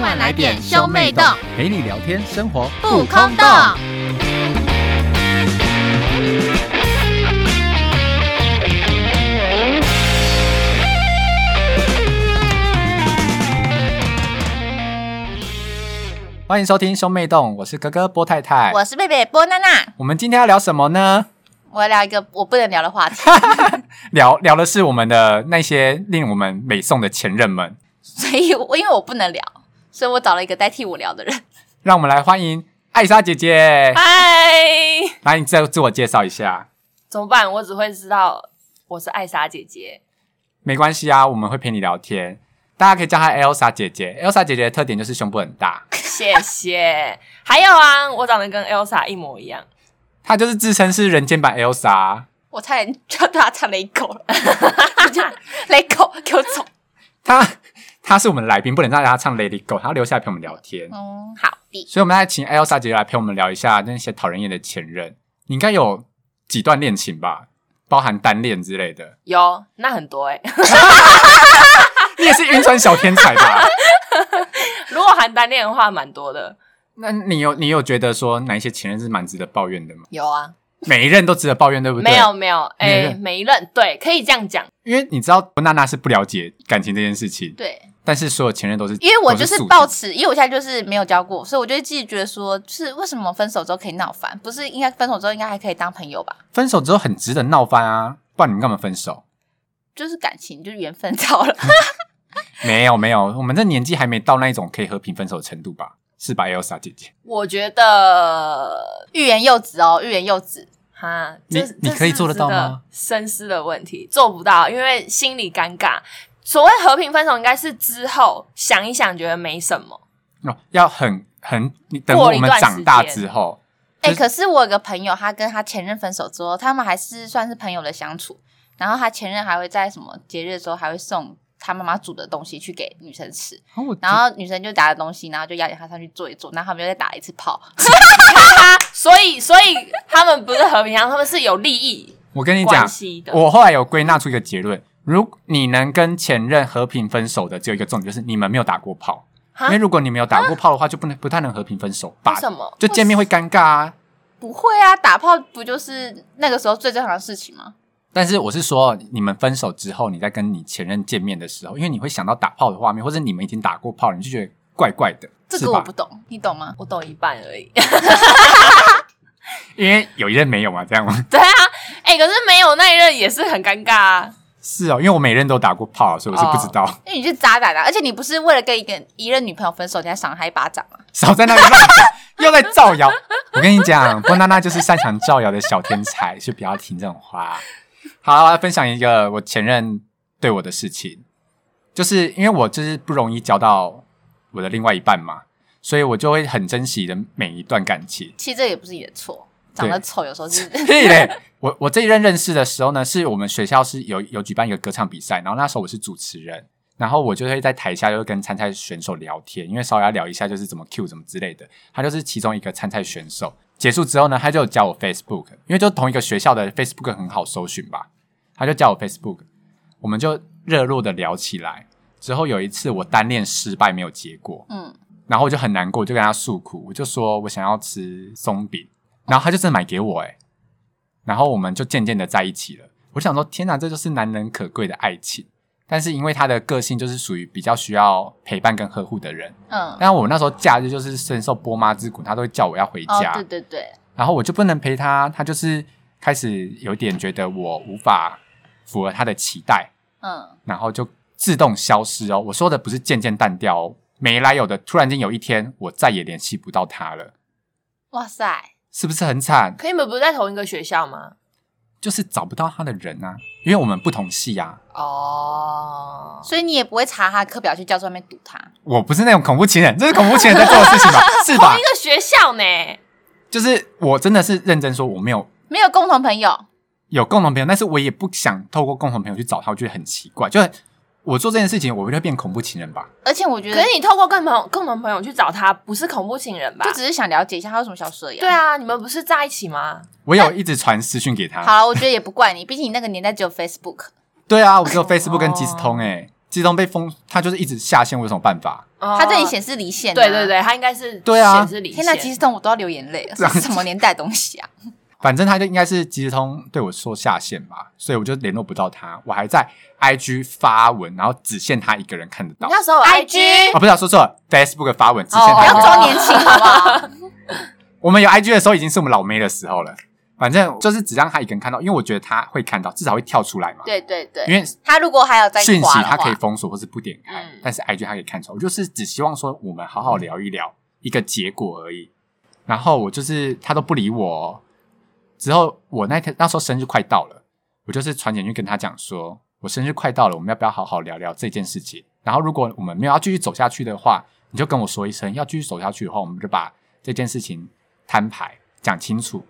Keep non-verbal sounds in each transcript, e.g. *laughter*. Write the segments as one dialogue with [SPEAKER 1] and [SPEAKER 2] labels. [SPEAKER 1] 快来点兄妹洞，
[SPEAKER 2] 陪你聊天，生活
[SPEAKER 1] 不空洞。
[SPEAKER 2] 欢迎收听兄妹洞，我是哥哥波太太。
[SPEAKER 1] 我是贝贝波娜娜，
[SPEAKER 2] 我们今天要聊什么呢？
[SPEAKER 1] 我要聊一个我不能聊的 *laughs* 话题。
[SPEAKER 2] 聊聊的是我们的那些令我们美颂的前任们。
[SPEAKER 1] 所以我因为我不能聊，所以我找了一个代替我聊的人。
[SPEAKER 2] 让我们来欢迎艾莎姐姐。
[SPEAKER 3] 嗨，
[SPEAKER 2] 来，你再自我介绍一下。
[SPEAKER 3] 怎么办？我只会知道我是艾莎姐姐。
[SPEAKER 2] 没关系啊，我们会陪你聊天。大家可以叫她 Elsa 姐姐。Elsa 姐姐的特点就是胸部很大，
[SPEAKER 3] 谢谢。还有啊，我长得跟 Elsa 一模一样。
[SPEAKER 2] 她就是自称是人间版 Elsa。
[SPEAKER 1] 我差点就要对他唱雷狗了，就雷狗给我 *laughs* 走。
[SPEAKER 2] 她她是我们的来宾，不能让她唱 Lady Go，她要留下来陪我们聊天。
[SPEAKER 1] 嗯，好的。
[SPEAKER 2] 所以我们来请 Elsa 姐姐来陪我们聊一下那些讨人厌的前任。你应该有几段恋情吧，包含单恋之类的。
[SPEAKER 3] 有，那很多哎、
[SPEAKER 2] 你也是晕船小天
[SPEAKER 1] *laughs*
[SPEAKER 2] 才吧？
[SPEAKER 3] *laughs* 如果含单恋的话，蛮多的。
[SPEAKER 2] 那你有你有觉得说哪一些前任是蛮值得抱怨的吗？
[SPEAKER 3] 有啊，
[SPEAKER 2] 每一任都值得抱怨，对不对？
[SPEAKER 3] 没有，没有，哎、
[SPEAKER 2] 每一任
[SPEAKER 3] 每一任对，可以这样讲。
[SPEAKER 2] 因为你知道娜娜是不了解感情这件事情，
[SPEAKER 1] 对，
[SPEAKER 2] 但是所有前任都是
[SPEAKER 1] 因为我就是
[SPEAKER 2] 素质
[SPEAKER 1] 抱持，因为我现在就是没有交过，所以我就自己觉得说，就是为什么分手之后可以闹翻？不是应该分手之后应该还可以当朋友吧？
[SPEAKER 2] 分手之后很值得闹翻啊，不然你们干嘛分手？
[SPEAKER 1] 就是感情，就是缘分到 *laughs* 了。
[SPEAKER 2] 没有没有，我们这年纪还没到那一种可以和平分手的程度吧？是吧，Elsa 姐姐？
[SPEAKER 3] 我觉得，
[SPEAKER 1] 欲言又止哦，欲言又止。
[SPEAKER 3] 哈，
[SPEAKER 2] 你
[SPEAKER 3] 这
[SPEAKER 2] 你可以做得到吗？
[SPEAKER 3] 这是值深思的问题，做不到，因为心里尴尬。所谓和平分手，应该是之后想一想，觉得没什么。
[SPEAKER 2] 哦，要很很，你等
[SPEAKER 3] 过
[SPEAKER 2] 我
[SPEAKER 3] 了一
[SPEAKER 2] 们
[SPEAKER 3] 段时
[SPEAKER 2] 长大
[SPEAKER 3] 间
[SPEAKER 2] 之后，
[SPEAKER 1] 哎、
[SPEAKER 2] 就是
[SPEAKER 1] 可是我有个朋友，他跟他前任分手之后，他们还是算是朋友的相处。然后他前任还会在什么节日的时候，还会送他妈妈煮的东西去给女生吃。
[SPEAKER 2] 哦我
[SPEAKER 1] 然后女生就打了东西，然后就邀请他上去坐一坐，然后他们又再打一次炮。
[SPEAKER 3] 所以，所以他们不是和平相，他们是有利益
[SPEAKER 2] 我跟你讲
[SPEAKER 3] 关，系的。
[SPEAKER 2] 我后来有归纳出一个结论：如你能跟前任和平分手的，只有一个重点，就是你们没有打过炮。
[SPEAKER 3] 哈
[SPEAKER 2] 因为如果你没有打过炮的话，就不能不太能和平分手吧
[SPEAKER 3] 啊为？什么？
[SPEAKER 2] 就见面会尴尬啊。
[SPEAKER 1] 不会啊，打炮不就是那个时候最正常的事情吗？
[SPEAKER 2] 但是我是说，你们分手之后，你在跟你前任见面的时候，因为你会想到打炮的画面，或者你们已经打过炮了，你就觉得怪怪的，
[SPEAKER 1] 这
[SPEAKER 2] 是
[SPEAKER 1] 个我
[SPEAKER 2] 吧
[SPEAKER 1] 不？懂，你懂吗？
[SPEAKER 3] 我懂一半而已。 *laughs*
[SPEAKER 2] 因为有一任没有嘛，这样吗？ *laughs*
[SPEAKER 3] 对啊，哎、可是没有那一任也是很尴尬啊。
[SPEAKER 2] 是哦，因为我每任都打过炮，啊所以我
[SPEAKER 3] 哦
[SPEAKER 2] 是不知道。
[SPEAKER 1] 因为你是渣男啊，而且你不是为了跟一个一任女朋友分手，你还赏他一巴掌吗？啊
[SPEAKER 2] 少在那里乱讲，又在造谣。我跟你讲，波娜娜就是擅长造谣的小天才，就不要听这种话。好，我来分享一个我前任对我的事情，就是因为我就是不容易交到我的另外一半嘛，所以我就会很珍惜的每一段感情。
[SPEAKER 1] 其实这也不是你的错，长得丑有时候
[SPEAKER 2] *laughs*
[SPEAKER 1] 是。
[SPEAKER 2] 屁嘞！我我这一任认识的时候呢，是我们学校是有有举办一个歌唱比赛，然后那时候我是主持人，然后我就会在台下就会跟参赛选手聊天，因为稍微要聊一下就是怎么 Q 怎么之类的。他就是其中一个参赛选手。结束之后呢，他就有加我 Facebook，因为就同一个学校的 Facebook 很好搜寻吧，他就加我 Facebook，我们就热络的聊起来。之后有一次我单恋失败没有结果，
[SPEAKER 1] 嗯，
[SPEAKER 2] 然后我就很难过，我就跟他诉苦，我就说我想要吃松饼，然后他就真的买给我、欸，然后我们就渐渐的在一起了。我就想说，天哪，这就是难能可贵的爱情。但是因为他的个性就是属于比较需要陪伴跟呵护的人，
[SPEAKER 1] 嗯，
[SPEAKER 2] 但我那时候假日就是深受波妈之苦，他都会叫我要回
[SPEAKER 1] 哦
[SPEAKER 2] 家，，
[SPEAKER 1] 对对对，
[SPEAKER 2] 然后我就不能陪他，他就是开始有点觉得我无法符合他的期待，
[SPEAKER 1] 嗯，
[SPEAKER 2] 然后就自动消失哦。我说的不是渐渐淡掉哦，没来由的，突然间有一天我再也联系不到他了，
[SPEAKER 1] 哇塞，
[SPEAKER 2] 是不是很惨？
[SPEAKER 3] 可你们不是在同一个学校吗？
[SPEAKER 2] 就是找不到他的人啊，因为我们不同系啊。
[SPEAKER 3] 哦，
[SPEAKER 1] 所以你也不会查他的课表去教室外面堵他，
[SPEAKER 2] 我不是那种恐怖情人，这是恐怖情人在做的事情吧？是吧
[SPEAKER 3] 同一？个学校呢？
[SPEAKER 2] 就是我真的是认真说，我没有
[SPEAKER 1] 没有共同朋友，
[SPEAKER 2] 有共同朋友，但是我也不想透过共同朋友去找他，我觉得很奇怪。就很我做这件事情，我会变恐怖情人吧？
[SPEAKER 1] 而且我觉
[SPEAKER 3] 可
[SPEAKER 1] 得
[SPEAKER 3] 是你透过共同共同朋友去找他，不是恐怖情人吧
[SPEAKER 1] 就？只是想了解一下他为什么消失而已。
[SPEAKER 3] 对，啊，你们不是在一起吗？
[SPEAKER 2] 我有一直传私讯
[SPEAKER 1] *laughs*
[SPEAKER 2] 给他。
[SPEAKER 1] 好了，我觉得也不怪你，毕竟你那个年代只有 Facebook。
[SPEAKER 2] 对啊，我只有 Facebook 跟即时通诶、自动被封，他就是一直下线，我有什么办法？
[SPEAKER 1] 他这里
[SPEAKER 3] 哦，
[SPEAKER 1] 显示离线、啊
[SPEAKER 3] 对对。对，他应该是
[SPEAKER 2] 对啊
[SPEAKER 3] 显示离
[SPEAKER 1] 天哪，
[SPEAKER 3] 线
[SPEAKER 1] 即时通我都要流眼泪了，这是什么年代的东西啊？
[SPEAKER 2] 反正他就应该是即时通对我说下线吧，所以我就联络不到他，我还在 IG 发文，然后只限他一个人看得
[SPEAKER 3] 你
[SPEAKER 2] 到。
[SPEAKER 3] 那时候有
[SPEAKER 1] IG
[SPEAKER 2] 哦，不是、啊，说错了，Facebook 发文只限
[SPEAKER 1] 哦，不
[SPEAKER 2] 他一
[SPEAKER 1] 要
[SPEAKER 2] 个人。
[SPEAKER 1] 装年轻好不好？ *laughs*
[SPEAKER 2] 我们有 IG 的时候已经是我们老妹的时候了，反正就是只让他一个人看到，因为我觉得他会看到，至少会跳出来嘛。，
[SPEAKER 1] 对对对，
[SPEAKER 2] 因为
[SPEAKER 1] 他如果还有在
[SPEAKER 2] 讯息
[SPEAKER 1] 滑的
[SPEAKER 2] 它
[SPEAKER 1] 话，
[SPEAKER 2] 可以封锁或是不点开，
[SPEAKER 3] 嗯
[SPEAKER 2] 但是 IG 它可以看出来。我就是只希望说我们好好聊一聊一个结果而已。然后我就是他都不理我哦、之后我那天那时候生日快到了，我就是传简讯跟他讲说，我生日快到了，我们要不要好好聊聊这件事情？然后如果我们没有要继续走下去的话，你就跟我说一声；要继续走下去的话，我们就把这件事情摊牌讲清楚。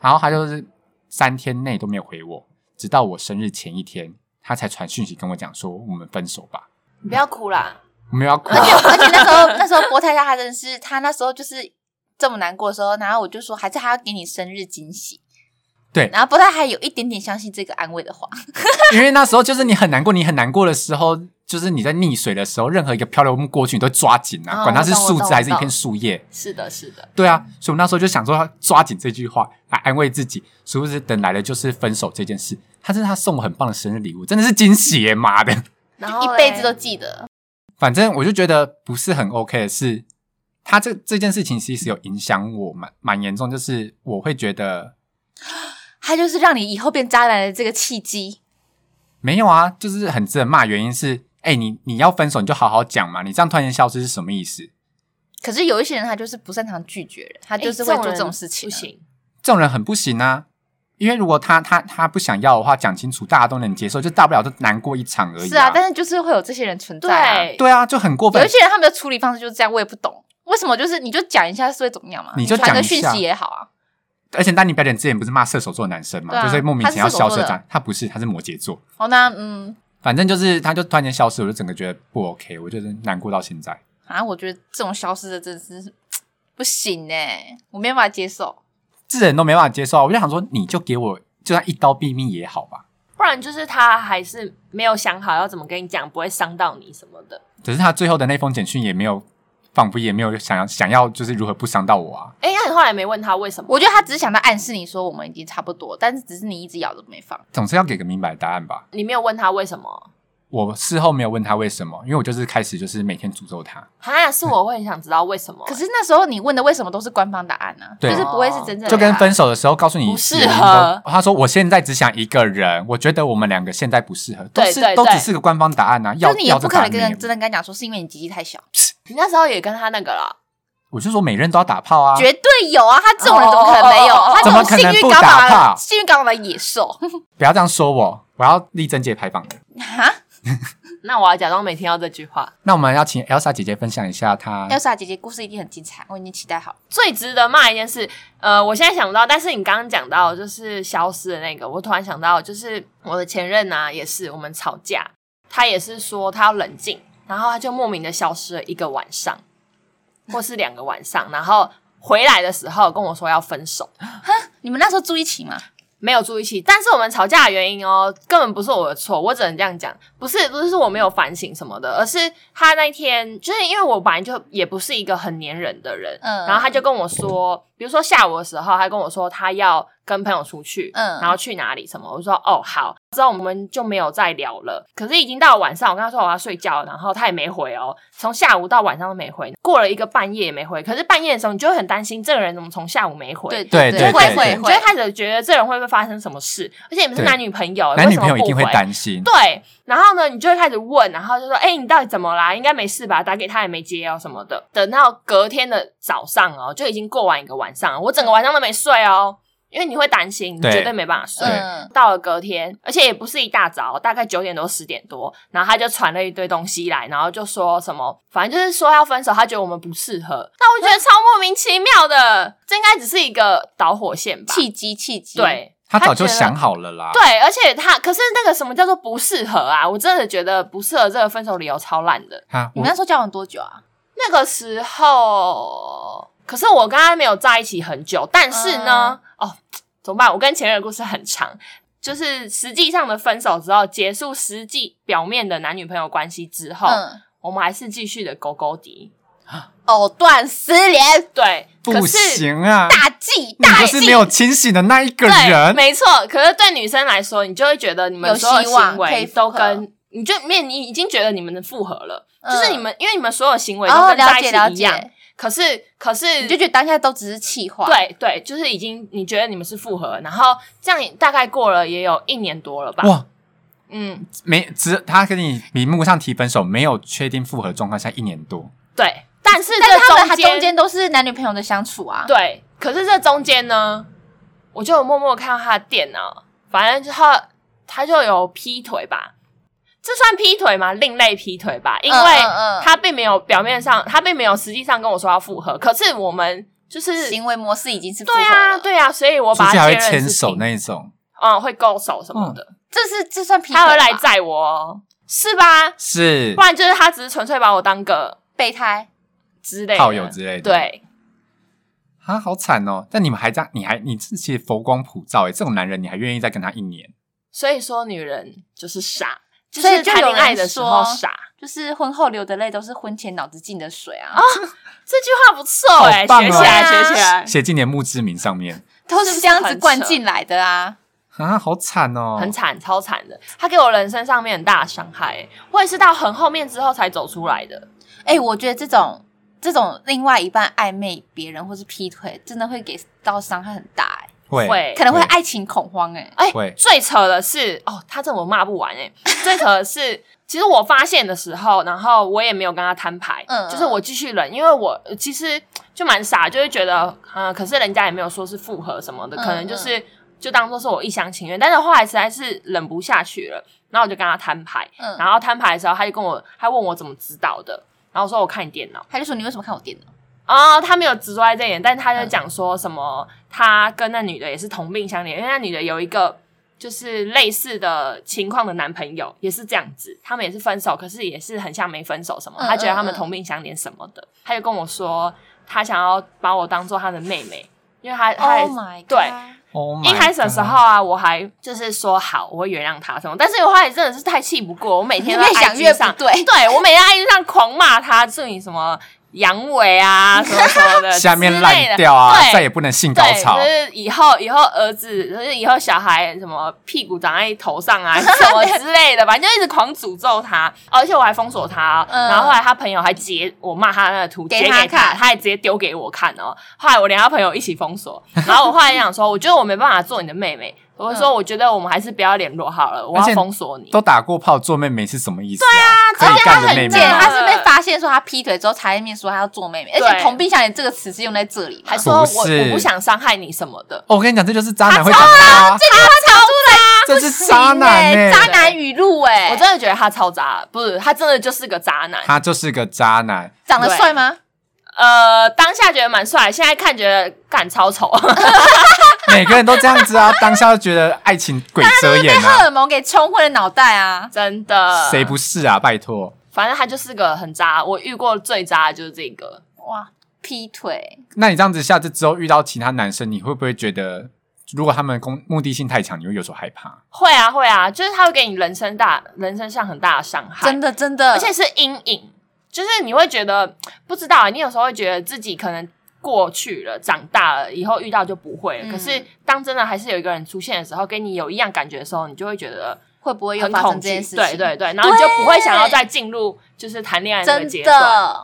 [SPEAKER 2] 然后他就是三天内都没有回我，直到我生日前一天，他才传讯息跟我讲说我们分手吧。
[SPEAKER 3] 你不要哭啦，
[SPEAKER 2] 我们要哭 *laughs*
[SPEAKER 1] 而，且而且那时候那时候波泰夏他真的是，他那时候就是这么难过的时候，然后我就说还是他要给你生日惊喜。
[SPEAKER 2] 对
[SPEAKER 1] 然后波泰还有一点点相信这个安慰的话，
[SPEAKER 2] 因为那时候就是你很难过，你很难过的时候，就是你在溺水的时候，任何一个漂流木过去，你都抓紧
[SPEAKER 1] 哦
[SPEAKER 2] 啊，管它是
[SPEAKER 1] 我懂
[SPEAKER 2] 树
[SPEAKER 1] 我
[SPEAKER 2] 枝
[SPEAKER 1] 懂
[SPEAKER 2] 还是一
[SPEAKER 1] 我
[SPEAKER 2] 片
[SPEAKER 1] 懂
[SPEAKER 2] 树叶。
[SPEAKER 3] 是的，呃是的，
[SPEAKER 2] 对啊，所以我那时候就想说，抓紧这句话来安慰自己，殊不知等来的就是分手这件事。他真的他送我很棒的生日礼物，真的是惊喜耶，妈的！
[SPEAKER 3] 然
[SPEAKER 1] 一
[SPEAKER 3] 后嘞
[SPEAKER 1] 辈子都记得。
[SPEAKER 2] 反正我就觉得不是很 OK 的是，他这这件事情其实有影响我蛮蛮严重，就是我会觉得
[SPEAKER 1] 他就是让你以后变渣男的这个契机，
[SPEAKER 2] 没有啊，就是很值得骂。原因是，哎、你你要分手你就好好讲嘛，你这样突然间消失是什么意思？
[SPEAKER 1] 可是有一些人他就是不擅长拒绝人，他
[SPEAKER 3] 他
[SPEAKER 1] 就是会做这种事情、啊
[SPEAKER 3] 不，行，
[SPEAKER 2] 这种人很不行啊，因为如果他他他不想要的话，讲清楚大家都能接受，就大不了就难过一场而已、
[SPEAKER 1] 是啊，但
[SPEAKER 2] 是
[SPEAKER 1] 是就是会有这些人存在、啊。
[SPEAKER 3] 对，
[SPEAKER 2] 对啊，就很过
[SPEAKER 1] 有一
[SPEAKER 2] 分。
[SPEAKER 1] 些人他们的处理方式就是这样，我也不懂为什么，就是你就讲一下是会怎么样嘛，
[SPEAKER 2] 你就
[SPEAKER 1] 传
[SPEAKER 2] 讲
[SPEAKER 1] 个
[SPEAKER 2] 一
[SPEAKER 1] 讯
[SPEAKER 2] 下
[SPEAKER 1] 息也好啊，
[SPEAKER 2] 而且丹尼表演之前不是骂射手座的男生嘛，
[SPEAKER 1] 对啊
[SPEAKER 2] 就是莫名其妙
[SPEAKER 1] 他是射
[SPEAKER 2] 消
[SPEAKER 1] 手
[SPEAKER 2] 失
[SPEAKER 1] 座
[SPEAKER 2] 的
[SPEAKER 1] 的
[SPEAKER 2] 他，他不是，他是摩羯座。
[SPEAKER 1] 好，那嗯
[SPEAKER 2] 反正就是他就突然间消失，我就整个觉得不 OK，我就是难过到现在。
[SPEAKER 1] 啊，我觉得这种消失的真的是嗯不行哎、我没办法接受。
[SPEAKER 2] 这人都没办法接受啊，我就想说，你就给我就算一刀毙命也好吧。
[SPEAKER 3] 不然就是他还是没有想好要怎么跟你讲，不会伤到你什么的。
[SPEAKER 2] 只是他最后的那封简讯也没有，仿佛也没有想要想要就是如何不伤到我啊。
[SPEAKER 3] 哎，那你后来没问他为什么？
[SPEAKER 1] 我觉得他只是想到暗示你说我们已经差不多，但是只是你一直咬着没放。
[SPEAKER 2] 总是要给个明白的答案吧。
[SPEAKER 3] 你没有问他为什么？
[SPEAKER 2] 我事后没有问他为什么，因为我就是开始就是每天诅咒他。
[SPEAKER 3] 哈，是我会很想知道为什么。
[SPEAKER 1] 可是那时候你问的为什么都是官方答案呢、啊
[SPEAKER 2] 对
[SPEAKER 1] 就是不会是真正的答案
[SPEAKER 2] 就跟分手的时候告诉你
[SPEAKER 3] 不适合
[SPEAKER 2] 原因都他说我现在只想一个人，我觉得我们两个现在不适合，都
[SPEAKER 3] 对
[SPEAKER 2] 是
[SPEAKER 3] 对
[SPEAKER 2] 都只
[SPEAKER 3] 对
[SPEAKER 2] 是个官方答案啊。
[SPEAKER 1] 就
[SPEAKER 2] 要
[SPEAKER 1] 是你也
[SPEAKER 2] 要
[SPEAKER 1] 不
[SPEAKER 2] 这
[SPEAKER 1] 可
[SPEAKER 2] 答
[SPEAKER 1] 能
[SPEAKER 2] 案
[SPEAKER 1] 跟
[SPEAKER 2] 没有
[SPEAKER 1] 真的跟他讲说是因为你鸡鸡太小，
[SPEAKER 3] 你那时候也跟他那个了，
[SPEAKER 2] 我就说每任都要打炮啊。
[SPEAKER 1] 绝对有啊！他这种人怎么可能没有？
[SPEAKER 3] 哦哦哦哦
[SPEAKER 1] 他这
[SPEAKER 2] 怎么
[SPEAKER 1] 种
[SPEAKER 2] 可
[SPEAKER 1] 幸
[SPEAKER 2] 能
[SPEAKER 1] 运
[SPEAKER 2] 不
[SPEAKER 1] 睾
[SPEAKER 2] 打炮
[SPEAKER 1] 的幸运睾丸的野兽
[SPEAKER 2] 不要这样说我，我要力争界牌坊的。
[SPEAKER 1] 哈，
[SPEAKER 2] 啊
[SPEAKER 3] 那我要假装没听到这句话。
[SPEAKER 2] 那我们要请 Elsa 姐姐分享一下她
[SPEAKER 1] 要是啊姐姐故事一定很精彩，我已经期待好了。
[SPEAKER 3] 最值得骂一件事，呃，我现在想不到，但是你刚刚讲到就是消失的那个，我突然想到，就是我的前任啊，也是我们吵架，他也是说他要冷静，然后他就莫名的消失了一个晚上，或是两个晚上，然后回来的时候跟我说要分手，
[SPEAKER 1] 你们那时候住一起吗？
[SPEAKER 3] 没有住一起。但是我们吵架的原因哦，根本不是我的错，我只能这样讲，不是不是我没有反省什么的，而是他那天就是因为我本来就也不是一个很粘人的人，
[SPEAKER 1] 嗯
[SPEAKER 3] 然后他就跟我说，比如说下午的时候，他跟我说他要跟朋友出去，
[SPEAKER 1] 嗯
[SPEAKER 3] 然后去哪里什么，我就说哦好，之后我们就没有再聊了。可是已经到晚上，我跟他说我要睡觉，然后他也没回哦，从下午到晚上都没回，过了一个半夜也没回。可是半夜的时候，你就会很担心这个人怎么从下午没回，
[SPEAKER 2] 对
[SPEAKER 1] 对
[SPEAKER 2] 对
[SPEAKER 3] 会
[SPEAKER 2] 对
[SPEAKER 3] 会，
[SPEAKER 2] 对
[SPEAKER 3] 你就会开始觉得这人会不会发生什么事？而且你们是
[SPEAKER 2] 对
[SPEAKER 3] 男女朋友，
[SPEAKER 2] 男
[SPEAKER 3] 为
[SPEAKER 2] 女
[SPEAKER 3] 什
[SPEAKER 2] 朋
[SPEAKER 3] 么
[SPEAKER 2] 友一
[SPEAKER 3] 不
[SPEAKER 2] 定会
[SPEAKER 3] 回
[SPEAKER 2] 担心。
[SPEAKER 3] 对，然后呢，你就会开始问，然后就说：“哎、你到底怎么啦？应该没事吧？打给他也没接哦，什么的。”等到隔天的早上哦，就已经过完一个晚上了，我整个晚上都没睡哦，因为你会担心，你
[SPEAKER 2] 对
[SPEAKER 3] 绝对没办法睡
[SPEAKER 2] 对。
[SPEAKER 1] 嗯，
[SPEAKER 3] 到了隔天，而且也不是一大早，大概九点多十点多，然后他就传了一堆东西来，然后就说什么，反正就是说要分手，他觉得我们不适合。那我觉得超莫名其妙的，这应该只是一个导火线吧？
[SPEAKER 1] 契机契机，，
[SPEAKER 3] 对，
[SPEAKER 2] 他早
[SPEAKER 3] 觉
[SPEAKER 2] 就
[SPEAKER 3] 得
[SPEAKER 2] 想好了啦。
[SPEAKER 3] 对，而且他可是那个什么叫做不适合啊？我真的觉得不适合这个分手理由超烂的。
[SPEAKER 2] 啊，
[SPEAKER 1] 你
[SPEAKER 2] 我
[SPEAKER 1] 们那时候交往多久啊？
[SPEAKER 3] 那个时候，可是
[SPEAKER 1] 嗯
[SPEAKER 3] 我跟他没有在一起很久，但是呢，哦，怎么办？我跟前任的故事很长。就是实际上的分手之后，结束实际表面的男女朋友关系之后，
[SPEAKER 1] 嗯，
[SPEAKER 3] 我们还是继续的勾勾敌。
[SPEAKER 1] 藕断丝连，
[SPEAKER 3] 对，
[SPEAKER 2] 不
[SPEAKER 3] 可是
[SPEAKER 2] 行啊，
[SPEAKER 1] 大忌
[SPEAKER 2] 你
[SPEAKER 1] 大
[SPEAKER 2] 就是没
[SPEAKER 1] 忌。
[SPEAKER 2] 有清醒的那一个
[SPEAKER 3] 对，
[SPEAKER 2] 人。
[SPEAKER 3] 没错。可是对女生来说，你就会觉得你们
[SPEAKER 1] 有
[SPEAKER 3] 所有
[SPEAKER 1] 希望
[SPEAKER 3] 行
[SPEAKER 1] 可
[SPEAKER 3] 为
[SPEAKER 1] 以
[SPEAKER 3] 都
[SPEAKER 1] 复合
[SPEAKER 3] 跟你就面你已经觉得你们的复合了，
[SPEAKER 1] 嗯
[SPEAKER 3] 就是你们因为你们所有行为都
[SPEAKER 1] 哦，
[SPEAKER 3] 跟
[SPEAKER 1] 了
[SPEAKER 3] 在一
[SPEAKER 1] 解了
[SPEAKER 3] 起一样。
[SPEAKER 1] 解，
[SPEAKER 3] 可是可是
[SPEAKER 1] 你就觉得当下都只是气话，，
[SPEAKER 3] 对对，就是已经你觉得你们是复合，然后这样也大概过了也有一年多了吧。
[SPEAKER 2] 哇，
[SPEAKER 3] 嗯，
[SPEAKER 2] 没只他跟你名目上提分手，没有确定复合状况下一年多，
[SPEAKER 3] 对。但是
[SPEAKER 1] 但是他
[SPEAKER 3] 这
[SPEAKER 1] 们还中
[SPEAKER 3] 中间
[SPEAKER 1] 间都是男女朋友的相处啊，
[SPEAKER 3] 对，可是这中间呢，我就有默默看到他的电脑，反正就他他就有劈腿吧，这算劈腿吗？另类劈腿吧，因为
[SPEAKER 1] 嗯嗯
[SPEAKER 3] 他并没有表面上，他并没有实际上跟我说要复合，可是我们就是
[SPEAKER 1] 行为模式已经是复合
[SPEAKER 3] 对啊
[SPEAKER 1] 了，
[SPEAKER 3] 对啊，所以我
[SPEAKER 2] 出
[SPEAKER 3] 把
[SPEAKER 2] 去
[SPEAKER 3] 他
[SPEAKER 2] 还会
[SPEAKER 3] 确认
[SPEAKER 2] 牵
[SPEAKER 3] 是
[SPEAKER 2] 手
[SPEAKER 3] 劈
[SPEAKER 2] 那一种，
[SPEAKER 3] 嗯会勾手什么
[SPEAKER 2] 嗯
[SPEAKER 3] 的，
[SPEAKER 1] 这是这算劈腿吧，
[SPEAKER 3] 他会来载我哦，是吧？
[SPEAKER 2] 是
[SPEAKER 3] 不然就是他只是纯粹把我当个
[SPEAKER 1] 备胎，
[SPEAKER 3] 之类的
[SPEAKER 2] 炮友之类的。
[SPEAKER 3] 对，
[SPEAKER 2] 啊，好惨哦！但你们还这样，你还你自己佛光普照哎，这种男人你还愿意再跟他一年？
[SPEAKER 3] 所以说女人就是傻，就
[SPEAKER 1] 所以
[SPEAKER 3] 是
[SPEAKER 1] 就
[SPEAKER 3] 谈
[SPEAKER 1] 有
[SPEAKER 3] 恋爱
[SPEAKER 1] 人
[SPEAKER 3] 的时
[SPEAKER 1] 说
[SPEAKER 3] 候傻。
[SPEAKER 1] 就是婚后流的泪都是婚前脑子进的水
[SPEAKER 3] 哦
[SPEAKER 1] 啊，
[SPEAKER 3] 这句话不错哎、
[SPEAKER 2] 好棒
[SPEAKER 3] 学
[SPEAKER 2] 哦
[SPEAKER 3] 起来，
[SPEAKER 1] 对啊
[SPEAKER 3] 学起来，
[SPEAKER 2] 写进你的墓志铭上面
[SPEAKER 1] 都是这样子灌
[SPEAKER 3] 是不是很扯
[SPEAKER 1] 进来的啊。
[SPEAKER 2] 啊，好惨哦！
[SPEAKER 3] 很惨，超惨的。他给我人生上面很大的伤害、欸，我也是到很后面之后才走出来的。
[SPEAKER 1] 哎、我觉得这种这种另外一半暧昧别人或是劈腿，真的会给到伤害很大、欸，
[SPEAKER 2] 会
[SPEAKER 3] 会
[SPEAKER 1] 可能会
[SPEAKER 2] 对
[SPEAKER 1] 爱情恐慌、欸，
[SPEAKER 3] 哎、
[SPEAKER 2] 会
[SPEAKER 3] 最扯的是，哦，他这我骂不完哎、最扯的是，其实我发现的时候，然后我也没有跟他摊牌，
[SPEAKER 1] 嗯
[SPEAKER 3] 就是我继续忍，因为我呃其实就蛮傻，就会觉得，嗯、可是人家也没有说是复合什么的，
[SPEAKER 1] 嗯
[SPEAKER 3] 可能就是就当做是我一厢情愿，但是后来实在是忍不下去了，然后我就跟他摊牌，
[SPEAKER 1] 嗯，
[SPEAKER 3] 然后摊牌的时候，他就跟我，他问我怎么知道的，然后我说我看你电脑。
[SPEAKER 1] 他就说你为什么看我电脑？
[SPEAKER 3] 哦，他没有直说在这一点，但他就讲说什么，他跟那女的也是同病相怜，因为那女的有一个就是类似的情况的男朋友，也是这样子，他们也是分手，可是也是很像没分手什么，
[SPEAKER 1] 嗯
[SPEAKER 3] 他觉得他们
[SPEAKER 1] 嗯嗯
[SPEAKER 3] 同病相怜什么的，他就跟我说他想要把我当做他的妹妹，因为他他也
[SPEAKER 1] oh、my god！
[SPEAKER 3] 对
[SPEAKER 2] Oh my
[SPEAKER 3] 一开始的时
[SPEAKER 2] God
[SPEAKER 3] 候啊，我还就是说好，我会原谅他什么，但是我后来真的是太气不过，我每天都在
[SPEAKER 1] 越想
[SPEAKER 3] IG
[SPEAKER 1] 越不
[SPEAKER 3] 上，
[SPEAKER 1] 对，
[SPEAKER 3] 对我每天在 IG 上狂骂他，祝你什么阳痿啊，
[SPEAKER 2] *laughs*
[SPEAKER 3] 什么什么的，
[SPEAKER 2] 下面烂
[SPEAKER 3] 之类的
[SPEAKER 2] 掉啊，
[SPEAKER 3] 对
[SPEAKER 2] 再也不能性高
[SPEAKER 3] 对，
[SPEAKER 2] 潮
[SPEAKER 3] 就。是以后以后儿子，就是以后小孩什么屁股长在头
[SPEAKER 2] *laughs*
[SPEAKER 3] 上啊，什么之类的，反正就一直狂诅咒他，哦而且我还封锁他哦、
[SPEAKER 1] 嗯
[SPEAKER 3] 然后后来他朋友还截我骂他的那个图，
[SPEAKER 1] 给
[SPEAKER 3] 截给
[SPEAKER 1] 他
[SPEAKER 3] 他，
[SPEAKER 1] 看
[SPEAKER 3] 他还直接丢给我看哦。后来我连他朋友一起封锁，然后我后来想说，我觉得我没办法做你的妹妹，我就说我觉得我们还是不要联络好了，
[SPEAKER 2] 嗯
[SPEAKER 3] 我
[SPEAKER 2] 而且
[SPEAKER 3] 要封锁你。
[SPEAKER 2] 都打过炮做妹妹是什么意思、啊？对啊，可以干的妹妹
[SPEAKER 1] 姐，
[SPEAKER 3] 贱
[SPEAKER 1] 他
[SPEAKER 2] 吗？
[SPEAKER 1] 是被发现说他劈腿之后才在面说他要做妹妹，而且
[SPEAKER 3] 对
[SPEAKER 1] 同病相怜这个词是用在这里嘛
[SPEAKER 3] 还？说我
[SPEAKER 2] 不是
[SPEAKER 3] 我不想伤害你什么的，
[SPEAKER 2] 哦我跟你讲，这就是渣男会讲的啊，这是渣男
[SPEAKER 1] 欸
[SPEAKER 2] 欸
[SPEAKER 1] 渣男语录哎、
[SPEAKER 3] 我真的觉得他超渣，不是他真的就是个渣男。
[SPEAKER 2] 他就是个渣男。
[SPEAKER 1] 长得帅吗？
[SPEAKER 3] 呃，当下觉得蛮帅，现在看觉得干
[SPEAKER 1] *laughs*
[SPEAKER 3] 超丑。
[SPEAKER 2] 每个人都这样子啊， *laughs* 当下就觉得爱情鬼遮眼
[SPEAKER 1] 荷
[SPEAKER 2] 啊，
[SPEAKER 1] 尔蒙给冲昏了脑袋啊！
[SPEAKER 3] 真的，
[SPEAKER 2] 谁？不是啊？拜托，
[SPEAKER 3] 反正他就是个很渣，我遇过最渣的就是这个。
[SPEAKER 1] 哇，劈腿，
[SPEAKER 2] 那你这样子下次之后遇到其他男生，你会不会觉得，如果他们攻目的性太强，你会有所害怕？
[SPEAKER 3] 会啊，会啊，就是他会给你人生大、人生上很大的伤害，
[SPEAKER 1] 真的真的，
[SPEAKER 3] 而且是阴影。就是你会觉得不知道啊，你有时候会觉得自己可能过去了、长大了以后遇到就不会了。
[SPEAKER 1] 嗯
[SPEAKER 3] 可是当真的还是有一个人出现的时候，跟你有一样感觉的时候，你就会觉得
[SPEAKER 1] 会不会又
[SPEAKER 3] 很
[SPEAKER 1] 发
[SPEAKER 3] 恐
[SPEAKER 1] 生这
[SPEAKER 3] 惧
[SPEAKER 1] 件。事情？
[SPEAKER 3] 对对对，然后你就不会想要
[SPEAKER 1] 对
[SPEAKER 3] 再进入就是谈恋爱的那个
[SPEAKER 1] 真
[SPEAKER 3] 阶段。
[SPEAKER 1] 的，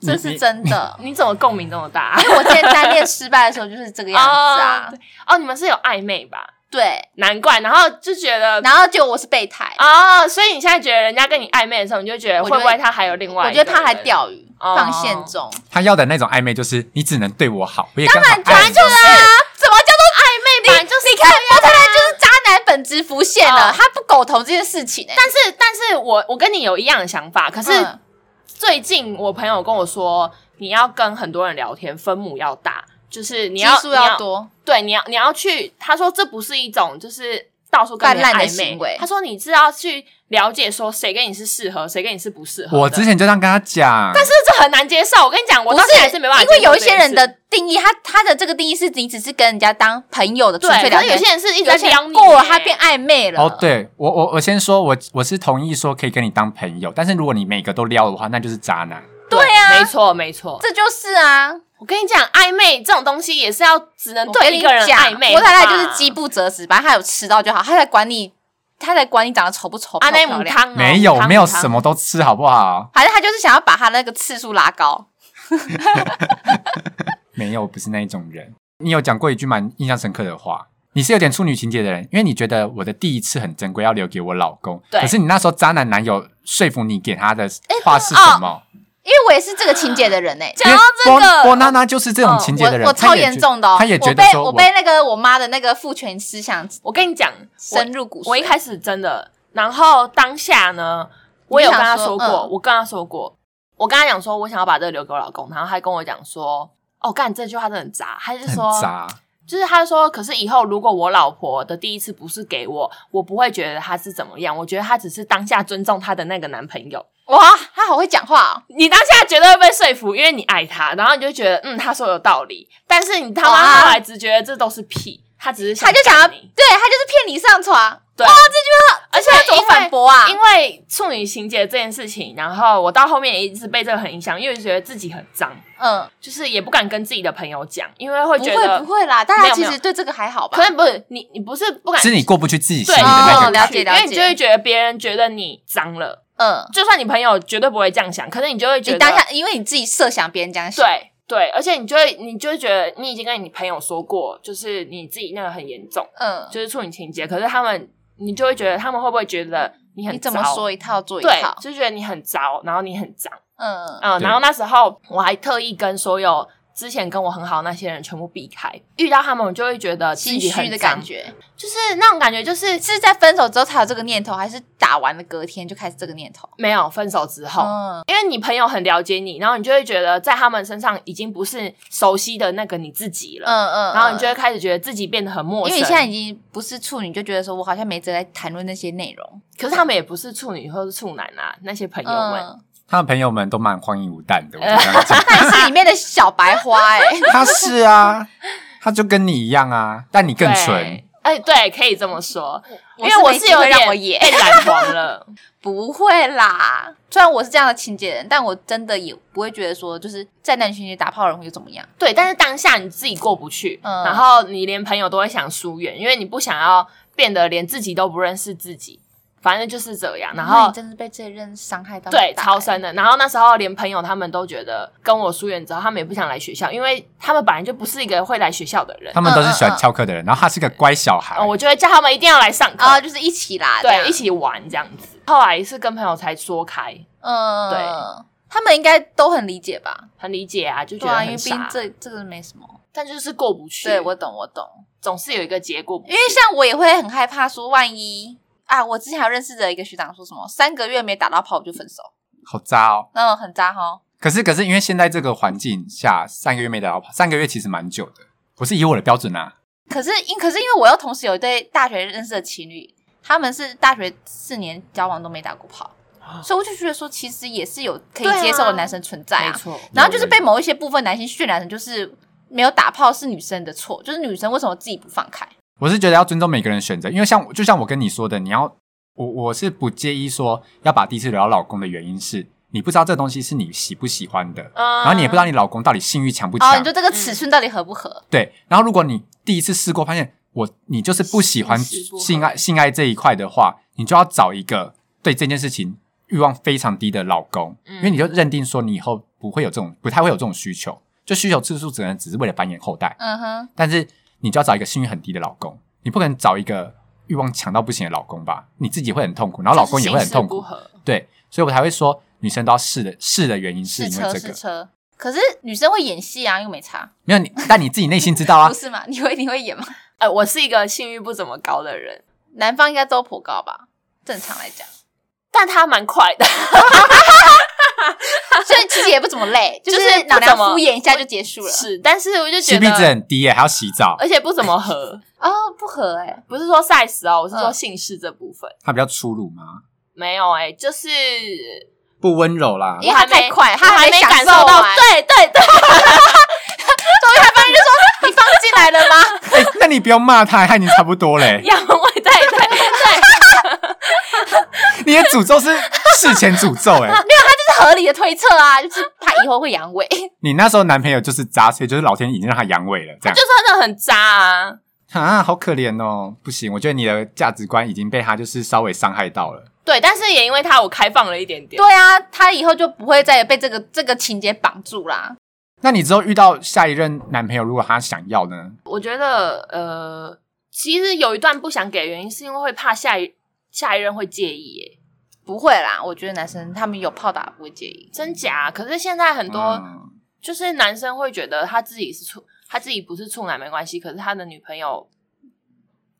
[SPEAKER 1] 这
[SPEAKER 2] 你
[SPEAKER 1] 是
[SPEAKER 2] 你
[SPEAKER 1] 真的。
[SPEAKER 3] 你怎么共鸣这么大？ *laughs*
[SPEAKER 1] 因为我之前单恋失败的时候就是这个样子啊 *laughs*
[SPEAKER 3] 哦，哦，你们是有暧昧吧？
[SPEAKER 1] 对。
[SPEAKER 3] 难怪，然后就觉得
[SPEAKER 1] 然后就我是备胎，
[SPEAKER 3] 哦，所以你现在觉得人家跟你暧昧的时候，你就觉得
[SPEAKER 1] 我
[SPEAKER 3] 会
[SPEAKER 1] 觉得
[SPEAKER 3] 不会他还有另外
[SPEAKER 1] 我
[SPEAKER 3] 一
[SPEAKER 1] 觉
[SPEAKER 3] 个人？
[SPEAKER 1] 得他还钓鱼
[SPEAKER 3] 哦
[SPEAKER 1] 放线中，
[SPEAKER 2] 他要的那种暧昧就是你只能对我好，我也刚好爱你。
[SPEAKER 1] 啊怎么叫做暧
[SPEAKER 3] 本来就是
[SPEAKER 1] 哎你看，波特莱就是渣男本质浮现了，
[SPEAKER 3] 哦
[SPEAKER 1] 他不苟同这件事情哎。
[SPEAKER 3] 但是，但是我我跟你有一样的想法，可是
[SPEAKER 1] 嗯
[SPEAKER 3] 最近我朋友跟我说，你要跟很多人聊天，分母要大，就是你要
[SPEAKER 1] 基数要，多，
[SPEAKER 3] 你要对，你要你要去。他说这不是一种就是到处跟别人
[SPEAKER 1] 泛滥的
[SPEAKER 3] 暧昧
[SPEAKER 1] 行为
[SPEAKER 3] 他说你是要去了解说谁跟你是适合，谁跟你是不适合的。
[SPEAKER 2] 我之前就这样跟他讲，
[SPEAKER 3] 但是这很难接受，我跟你讲，我
[SPEAKER 1] 不
[SPEAKER 3] 到
[SPEAKER 1] 是
[SPEAKER 3] 现在还是没办法
[SPEAKER 1] 因为
[SPEAKER 3] 接受
[SPEAKER 1] 有一
[SPEAKER 3] 这件
[SPEAKER 1] 些
[SPEAKER 3] 事
[SPEAKER 1] 人的定义，他他的这个定义是你只是跟人家当朋友的纯粹
[SPEAKER 3] 对，
[SPEAKER 1] 聊
[SPEAKER 3] 可是有
[SPEAKER 1] 天，
[SPEAKER 3] 些人是一直
[SPEAKER 1] 有
[SPEAKER 3] 在
[SPEAKER 1] 些
[SPEAKER 3] 撩
[SPEAKER 1] 人
[SPEAKER 3] 你，
[SPEAKER 1] 过了他变暧昧了。
[SPEAKER 2] 哦，，对我我我先说，我我是同意说可以跟你当朋友，但是如果你每个都撩的话，那就是渣男。
[SPEAKER 3] 对啊，没错没错。
[SPEAKER 1] 这就是啊。
[SPEAKER 3] 我跟你讲，暧昧这种东西也是要只能
[SPEAKER 1] 我
[SPEAKER 3] 对
[SPEAKER 1] 跟
[SPEAKER 3] 一
[SPEAKER 1] 你
[SPEAKER 3] 个人
[SPEAKER 1] 讲
[SPEAKER 3] 暧昧，
[SPEAKER 1] 我太太
[SPEAKER 3] 好
[SPEAKER 1] 就
[SPEAKER 3] 吧
[SPEAKER 1] 是饥不择食，反正她有吃到就好，她才管你，她才管你长得丑不丑、
[SPEAKER 3] 阿
[SPEAKER 1] 漂
[SPEAKER 3] 内
[SPEAKER 1] 不漂
[SPEAKER 3] 姆
[SPEAKER 1] 亮。
[SPEAKER 3] 汤哦
[SPEAKER 2] 没有没有什，
[SPEAKER 3] 母汤母汤
[SPEAKER 2] 么都吃，好不好？
[SPEAKER 1] 反正她就是想要把她那个次数拉高。
[SPEAKER 2] 没有，不是那一种人。你有讲过一句蛮印象深刻的话，你是有点处女情节的人，因为你觉得我的第一次很珍贵，要留给我老公。
[SPEAKER 3] 对
[SPEAKER 2] 可是你那时候渣男男友说服你给他的话是什
[SPEAKER 1] 哦
[SPEAKER 2] 么？
[SPEAKER 1] 因为我也是这个情节的人
[SPEAKER 3] *laughs*
[SPEAKER 1] 呢、
[SPEAKER 3] 讲到这
[SPEAKER 2] 因为波波娜
[SPEAKER 3] 个，
[SPEAKER 2] 娜就是这种情节的人，
[SPEAKER 1] 嗯我我
[SPEAKER 2] 她
[SPEAKER 1] 超
[SPEAKER 2] 也觉
[SPEAKER 1] 严重的哦，
[SPEAKER 2] 他也觉
[SPEAKER 1] 我
[SPEAKER 2] 得
[SPEAKER 1] 被
[SPEAKER 2] 说
[SPEAKER 1] 我被那个我妈的那个父权思想
[SPEAKER 3] 我跟你讲，我
[SPEAKER 1] 深入骨髓。
[SPEAKER 3] 我一开始真的，然后当下呢，我有跟他说
[SPEAKER 1] 你
[SPEAKER 3] 过，
[SPEAKER 1] 想说嗯
[SPEAKER 3] 我跟他说过，我跟他讲说我想要把这个留给我老公，然后他跟我讲说，哦，干这句话真的很渣，他就
[SPEAKER 2] 很
[SPEAKER 3] 说，
[SPEAKER 2] 渣，
[SPEAKER 3] 就是他说，可是以后如果我老婆的第一次不是给我，我不会觉得她是怎么样，我觉得她只是当下尊重她的那个男朋友。
[SPEAKER 1] 哇，她好会讲话、哦，
[SPEAKER 3] 你当下绝对会被说服，因为你爱他，然后你就觉得嗯，他说有道理，但是你他妈
[SPEAKER 1] 哇
[SPEAKER 3] 后来只觉得这都是屁，他只是
[SPEAKER 1] 她
[SPEAKER 3] 想
[SPEAKER 1] 就想要
[SPEAKER 3] 干你
[SPEAKER 1] 对她就是骗你上床，
[SPEAKER 3] 对，
[SPEAKER 1] 而且
[SPEAKER 3] 而且
[SPEAKER 1] 她怎么
[SPEAKER 3] 因为
[SPEAKER 1] 反驳啊？
[SPEAKER 3] 因为处女情节这件事情，然后我到后面也一直被这个很影响，因为觉得自己很脏，
[SPEAKER 1] 嗯，
[SPEAKER 3] 就是也不敢跟自己的朋友讲，因为会
[SPEAKER 1] 不
[SPEAKER 3] 觉
[SPEAKER 1] 会
[SPEAKER 3] 得
[SPEAKER 1] 不会啦，大
[SPEAKER 3] 没有
[SPEAKER 1] 家其
[SPEAKER 3] 没
[SPEAKER 1] 实
[SPEAKER 3] 有
[SPEAKER 1] 对这个还好吧
[SPEAKER 3] 可？能不是你，你不是不敢
[SPEAKER 2] 是你过不去自己心里
[SPEAKER 3] 对
[SPEAKER 2] 的那
[SPEAKER 1] 哦
[SPEAKER 2] 个
[SPEAKER 1] 了
[SPEAKER 2] 坎。
[SPEAKER 1] 解
[SPEAKER 3] 因为你就会觉得别人觉得你脏了，
[SPEAKER 1] 嗯，
[SPEAKER 3] 就算你朋友绝对不会这样想，可是你就会觉得
[SPEAKER 1] 你当下因为你自己设想别人这样想，
[SPEAKER 3] 对对，而且你就会你就会觉得你已经跟你朋友说过，就是你自己那个很严重，
[SPEAKER 1] 嗯，
[SPEAKER 3] 就是处女情节，可是他们你就会觉得他们会不会觉得你很
[SPEAKER 1] 你怎么
[SPEAKER 3] 糟
[SPEAKER 1] 说一套做一
[SPEAKER 3] 对
[SPEAKER 1] 套，，
[SPEAKER 3] 就觉得你很糟，然后你很脏。
[SPEAKER 1] 嗯，
[SPEAKER 3] 嗯，
[SPEAKER 2] 对
[SPEAKER 3] 然后那时候我还特意跟所有之前跟我很好的那些人全部避开，遇到他们我就会觉得自
[SPEAKER 1] 心
[SPEAKER 3] 己
[SPEAKER 1] 虚
[SPEAKER 3] 很
[SPEAKER 1] 的
[SPEAKER 3] 脏
[SPEAKER 1] 感，觉，
[SPEAKER 3] 就是那种感觉，就是
[SPEAKER 1] 是在分手之后才有这个念头，还是打完了隔天就开始这个念头？
[SPEAKER 3] 没有分手之后，
[SPEAKER 1] 嗯，
[SPEAKER 3] 因为你朋友很了解你，然后你就会觉得在他们身上已经不是熟悉的那个你自己了，
[SPEAKER 1] 嗯嗯，
[SPEAKER 3] 然后你就
[SPEAKER 1] 得，
[SPEAKER 3] 会开始觉得自己变得很陌
[SPEAKER 1] 因
[SPEAKER 3] 生。
[SPEAKER 1] 为你现在已经不是处女，就觉得说我好像没责来谈论那些内容。
[SPEAKER 3] 可是他们也不是处女或是处男啊，那些朋友们。
[SPEAKER 1] 嗯，
[SPEAKER 2] 他的朋友们都蛮荒淫无淡
[SPEAKER 1] *laughs*
[SPEAKER 2] 的，我就这样讲。
[SPEAKER 1] 但是里面的小白花，哎，
[SPEAKER 2] *laughs* 他是啊，他就跟你一样啊，但你更
[SPEAKER 3] 对
[SPEAKER 2] 纯。。
[SPEAKER 3] 哎、对，可以这么说， *laughs* 因为
[SPEAKER 1] 是
[SPEAKER 3] 我
[SPEAKER 1] 没
[SPEAKER 3] 是
[SPEAKER 1] 机
[SPEAKER 3] 有
[SPEAKER 1] 会
[SPEAKER 3] 点
[SPEAKER 1] 让我演，
[SPEAKER 3] *laughs* 被染黄了。
[SPEAKER 1] 不会啦。虽然我是这样的情节人，但我真的也不会觉得说，就是在男群里打炮的人会怎么样。
[SPEAKER 3] 对，但是当下你自己过不去，
[SPEAKER 1] 嗯
[SPEAKER 3] 然后你连朋友都会想疏远，因为你不想要变得连自己都不认识自己。反正就是这样，然
[SPEAKER 1] 那
[SPEAKER 3] 后
[SPEAKER 1] 你真的被这一任伤害到很大，
[SPEAKER 3] 对超深的，然后那时候连朋友他们都觉得跟我疏远之后，他们也不想来学校，因为他们本来就不是一个会来学校的人
[SPEAKER 2] 他，们都是
[SPEAKER 3] 嗯
[SPEAKER 2] 喜欢翘课的人，然后他是个乖小孩
[SPEAKER 3] 呃，，我就会叫他们一定要来上课，
[SPEAKER 1] 啊，就是一起啦，这样
[SPEAKER 3] 对，一，起玩这样子。后来是跟朋友才说开，
[SPEAKER 1] 嗯，
[SPEAKER 3] 对，
[SPEAKER 1] 他们应该都很理解吧？
[SPEAKER 3] 很理解啊，就觉
[SPEAKER 1] 对
[SPEAKER 3] 得
[SPEAKER 1] 啊，因为
[SPEAKER 3] 很
[SPEAKER 1] 毕竟
[SPEAKER 3] 傻，
[SPEAKER 1] 这这个没什么。
[SPEAKER 3] 但就是过不去。
[SPEAKER 1] 对，我懂，我懂。
[SPEAKER 3] 总是有一个结果不
[SPEAKER 1] 因为像我也会很害怕，说万一啊，我之前还有认识的一个学长说什么三个月没打到炮我就分手，
[SPEAKER 2] 好渣哦。
[SPEAKER 1] 那种很渣哈。
[SPEAKER 2] 可是可是因为现在这个环境下，三个月没打到炮，三个月其实蛮久的。我是以我的标准啊，
[SPEAKER 1] 可是因可是因为我又同时有一对大学认识的情侣，他们是大学四年交往都没打过炮，所以我就觉得说，其实也是有可以接受的男生存在
[SPEAKER 3] 没
[SPEAKER 1] 啊。
[SPEAKER 3] 错，
[SPEAKER 1] 然后就是被某一些部分男性渲染成就是没有打炮是女生的错，就是女生为什么自己不放开？
[SPEAKER 2] 我是觉得要尊重每个人选择，因为像就像我跟你说的，你要我我是不介意说要把第一次留到老公的原因是你不知道这东西是你喜不喜欢的，
[SPEAKER 3] 嗯
[SPEAKER 1] 啊
[SPEAKER 2] 然后你也不知道你老公到底性欲强不强
[SPEAKER 1] 哦，你，说这个尺寸到底合不合？
[SPEAKER 2] 对，然后如果你第一次试过发现我你就是不喜欢
[SPEAKER 3] 性事不合
[SPEAKER 2] 性爱性爱这一块的话，你就要找一个对这件事情欲望非常低的老公，
[SPEAKER 3] 嗯
[SPEAKER 2] 因为你就认定说你以后不会有这种不太会有这种需求，就需求次数只能只是为了繁衍后代，
[SPEAKER 1] 嗯哼，
[SPEAKER 2] 但是你就要找一个性欲很低的老公，你不可能找一个欲望强到不行的老公吧？你自己会很痛苦，然后老公也会很痛
[SPEAKER 3] 就是心
[SPEAKER 2] 苦
[SPEAKER 3] 事，不合
[SPEAKER 2] 对，所以我才会说女生都要试的试的原因是
[SPEAKER 1] 试
[SPEAKER 2] 因
[SPEAKER 1] 车
[SPEAKER 2] 为这
[SPEAKER 1] 试
[SPEAKER 2] 个，
[SPEAKER 1] 车。可是女生会演戏啊，又没差。
[SPEAKER 2] 没有你，但你自己内心知道啊
[SPEAKER 1] 不，是嘛？你会你会演吗？
[SPEAKER 3] 呃，我是一个性欲不怎么高的人，
[SPEAKER 1] 男方应该都颇高吧？正常来讲，
[SPEAKER 3] 但他蛮快的。
[SPEAKER 1] 所以其实也不怎么累，就
[SPEAKER 3] 就是
[SPEAKER 1] 是
[SPEAKER 3] 不
[SPEAKER 1] 老娘
[SPEAKER 3] 怎么
[SPEAKER 1] 敷衍一下就结束了。
[SPEAKER 3] 是，但是我就觉
[SPEAKER 2] CP 值
[SPEAKER 3] 得，
[SPEAKER 2] 很低耶，还要洗澡，
[SPEAKER 3] 而且不怎
[SPEAKER 1] *laughs*
[SPEAKER 3] 么合，
[SPEAKER 1] 哦，不合哎、
[SPEAKER 3] 不是说 size 哦，我是说
[SPEAKER 1] 嗯
[SPEAKER 3] 姓氏这部分
[SPEAKER 2] 他比较粗鲁吗？
[SPEAKER 3] 没有哎，就是
[SPEAKER 2] 不温柔啦
[SPEAKER 1] 因，为他
[SPEAKER 3] 我还没
[SPEAKER 1] 太快他
[SPEAKER 3] 我
[SPEAKER 1] 还
[SPEAKER 3] 还
[SPEAKER 1] 没
[SPEAKER 3] 没
[SPEAKER 1] 享
[SPEAKER 3] 感
[SPEAKER 1] 受
[SPEAKER 3] 受到，
[SPEAKER 1] 完
[SPEAKER 3] 对 *laughs* 对对，
[SPEAKER 1] 你放进来了吗？
[SPEAKER 2] 哎，那你不用骂他，害你差不多嘞。
[SPEAKER 1] *laughs*
[SPEAKER 3] 阳痿，对对 *laughs* 对，
[SPEAKER 2] 你的诅咒是事前诅咒
[SPEAKER 1] *laughs*
[SPEAKER 2] 哎，
[SPEAKER 1] 这是合理的推测啊，就是他以后会阳痿。
[SPEAKER 2] 你那时候男朋友就是渣，所以就是老天已经让他阳痿了，这样
[SPEAKER 3] *laughs* 就真的很渣啊。
[SPEAKER 2] 啊，好可怜哦，不行，我觉得你的价值观已经被他就是稍微伤害到了。
[SPEAKER 3] 对，但是也因为他，我开放了一点
[SPEAKER 1] *laughs*
[SPEAKER 3] 点。
[SPEAKER 1] 对啊，他以后就不会再被这个这个情节绑住啦。
[SPEAKER 2] 那你之后遇到下一任男朋友，如果他想要呢？
[SPEAKER 3] 我觉得呃，其实有一段不想给的原因，是因为会怕下一下一任会介意欸耶，
[SPEAKER 1] 不会啦，我觉得男生他们有炮打不会介意。
[SPEAKER 3] 真假？啊可是现在很多、
[SPEAKER 2] 嗯
[SPEAKER 3] 就是男生会觉得他自己是处，他自己不是处男没关系，可是他的女朋友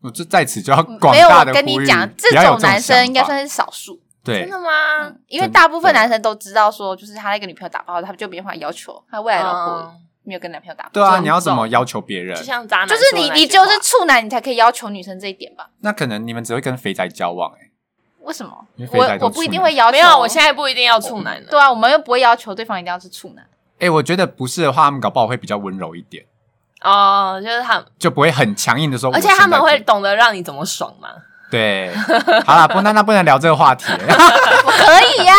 [SPEAKER 2] 我就在此就要广
[SPEAKER 1] 没有，
[SPEAKER 2] 大
[SPEAKER 1] 我
[SPEAKER 2] 的
[SPEAKER 1] 跟你讲，
[SPEAKER 2] 这
[SPEAKER 1] 种男生应该算
[SPEAKER 2] 是
[SPEAKER 1] 是少数，
[SPEAKER 3] 真
[SPEAKER 2] 对
[SPEAKER 3] 的吗？
[SPEAKER 1] 嗯，因为大部分男生都知道说，就是他那个女朋友打炮，他就没办法要求他未来老婆
[SPEAKER 3] 嗯
[SPEAKER 1] 没有跟男朋友打炮。
[SPEAKER 2] 啊对啊，
[SPEAKER 3] 种
[SPEAKER 2] 你要怎么要求别人
[SPEAKER 3] 就？像渣男
[SPEAKER 1] 就
[SPEAKER 3] 说
[SPEAKER 1] 是
[SPEAKER 3] 的那句
[SPEAKER 1] 你，
[SPEAKER 3] 话，
[SPEAKER 1] 你就是处男，你才可以要求女生这一点吧？
[SPEAKER 2] 那可能你们只会跟肥宅交往哎、
[SPEAKER 1] 为什么
[SPEAKER 2] 因为？肥宅
[SPEAKER 1] 我
[SPEAKER 2] 都
[SPEAKER 1] 我不一
[SPEAKER 2] 处
[SPEAKER 1] 定
[SPEAKER 2] 男
[SPEAKER 1] 会要求。
[SPEAKER 3] 没有，我现在不一定要处男了。
[SPEAKER 1] 对啊，我们又不会要求对方一定要是处 *laughs* 男。
[SPEAKER 2] 欸。我觉得不是的话，他们搞不好会比较温柔一点，
[SPEAKER 3] 哦、就是他，
[SPEAKER 2] 就不会很强硬的说。
[SPEAKER 3] 而且
[SPEAKER 2] 我现在
[SPEAKER 3] 他们会
[SPEAKER 2] 不
[SPEAKER 3] 懂得让你怎么爽嘛。
[SPEAKER 2] 对。 *laughs* 好啦，不，那那不能聊这个话题，
[SPEAKER 1] 我可以呀，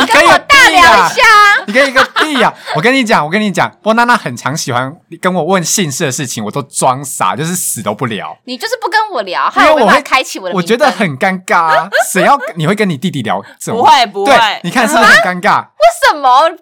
[SPEAKER 2] 你跟我
[SPEAKER 1] 大聊一下。啊。
[SPEAKER 2] 你跟一个屁呀、我跟你讲，我跟你讲，波娜娜很常喜欢跟我问姓氏的事情，我都装傻，就是死都不聊。
[SPEAKER 1] 你就是不跟我聊，
[SPEAKER 2] 因为
[SPEAKER 1] 害我没
[SPEAKER 2] 我
[SPEAKER 1] 办
[SPEAKER 2] 会
[SPEAKER 1] 法开启我的。
[SPEAKER 2] 我觉得，很尴尬啊！谁要你会跟你弟弟聊这种？
[SPEAKER 3] 不会不会
[SPEAKER 2] 对，你看是不是很尴尬？
[SPEAKER 1] 为什么大家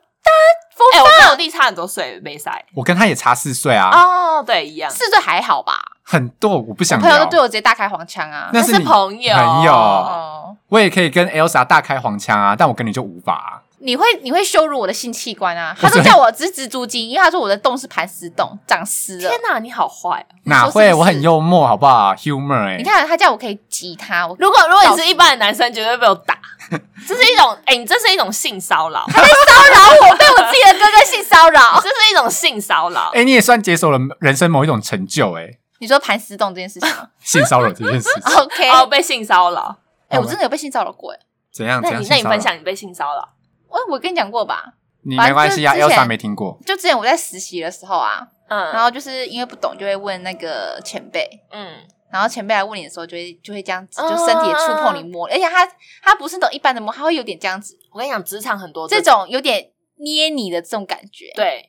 [SPEAKER 1] 风
[SPEAKER 3] 哎、我跟我弟差很多岁，没塞。
[SPEAKER 2] 我跟他也差四岁啊，
[SPEAKER 3] 哦，对，一样。
[SPEAKER 1] 四岁还好吧？
[SPEAKER 2] 很多我不想
[SPEAKER 1] 朋友
[SPEAKER 2] 聊
[SPEAKER 1] 都。对我直接大开黄腔啊！
[SPEAKER 2] 那
[SPEAKER 3] 那
[SPEAKER 2] 是
[SPEAKER 3] 是
[SPEAKER 2] 你
[SPEAKER 3] 朋友
[SPEAKER 2] 朋友，
[SPEAKER 1] 哦，
[SPEAKER 2] 我也可以跟 Elsa 大开黄腔啊，但我跟你就无法啊。
[SPEAKER 1] 你会你会羞辱我的性器官啊！
[SPEAKER 2] 我
[SPEAKER 1] 他说
[SPEAKER 2] 觉得
[SPEAKER 1] 叫我只蜘蛛精，因为他说我的洞是盘丝洞，长丝了
[SPEAKER 3] 天。哪，你好坏啊！
[SPEAKER 2] 哪
[SPEAKER 1] 你说
[SPEAKER 2] 会？
[SPEAKER 1] 是不是
[SPEAKER 2] 我很幽默，好不好？Humor 哎
[SPEAKER 1] 你，看他叫我可以吉他，
[SPEAKER 2] *laughs*
[SPEAKER 1] 我
[SPEAKER 3] 如果如果你是一般的男生，绝对被我打。这是一种，哎、你这是一种性骚扰，
[SPEAKER 1] 他在骚扰我，被我自己的哥哥性骚扰。
[SPEAKER 3] 这是一种性骚扰。
[SPEAKER 2] 哎，你也算解锁了人生某一种成就
[SPEAKER 1] *laughs*
[SPEAKER 2] 哎，
[SPEAKER 1] 你说盘丝洞这件事情吗
[SPEAKER 2] *laughs* 性骚扰这件事情
[SPEAKER 1] ，OK？
[SPEAKER 3] 哦，被性骚扰。
[SPEAKER 1] 哎，我真的有被性骚扰过哎，
[SPEAKER 2] 怎样？
[SPEAKER 3] 那
[SPEAKER 2] 怎样
[SPEAKER 3] 你
[SPEAKER 2] 性骚
[SPEAKER 3] 那
[SPEAKER 2] 扰？
[SPEAKER 3] 你分享你被性骚扰？
[SPEAKER 1] 我我跟你讲过吧？
[SPEAKER 2] 你没关系啊
[SPEAKER 1] 反正就是之
[SPEAKER 2] ，Elsa
[SPEAKER 1] 前
[SPEAKER 2] 没听过。
[SPEAKER 1] 就之前我在实习的时候啊，然
[SPEAKER 3] 嗯
[SPEAKER 1] 后就是因为不懂就会问那个前辈，
[SPEAKER 3] 嗯，
[SPEAKER 1] 然后前辈来问你的时候，就会就会这样子，
[SPEAKER 3] 啊
[SPEAKER 1] 就身体的触碰你摸，而且他他不是那种一般的摸，他会有点这样子，
[SPEAKER 3] 我跟你讲，职场很多
[SPEAKER 1] 这
[SPEAKER 3] 种，
[SPEAKER 1] 种有点捏你的这种感觉。，
[SPEAKER 3] 哦对，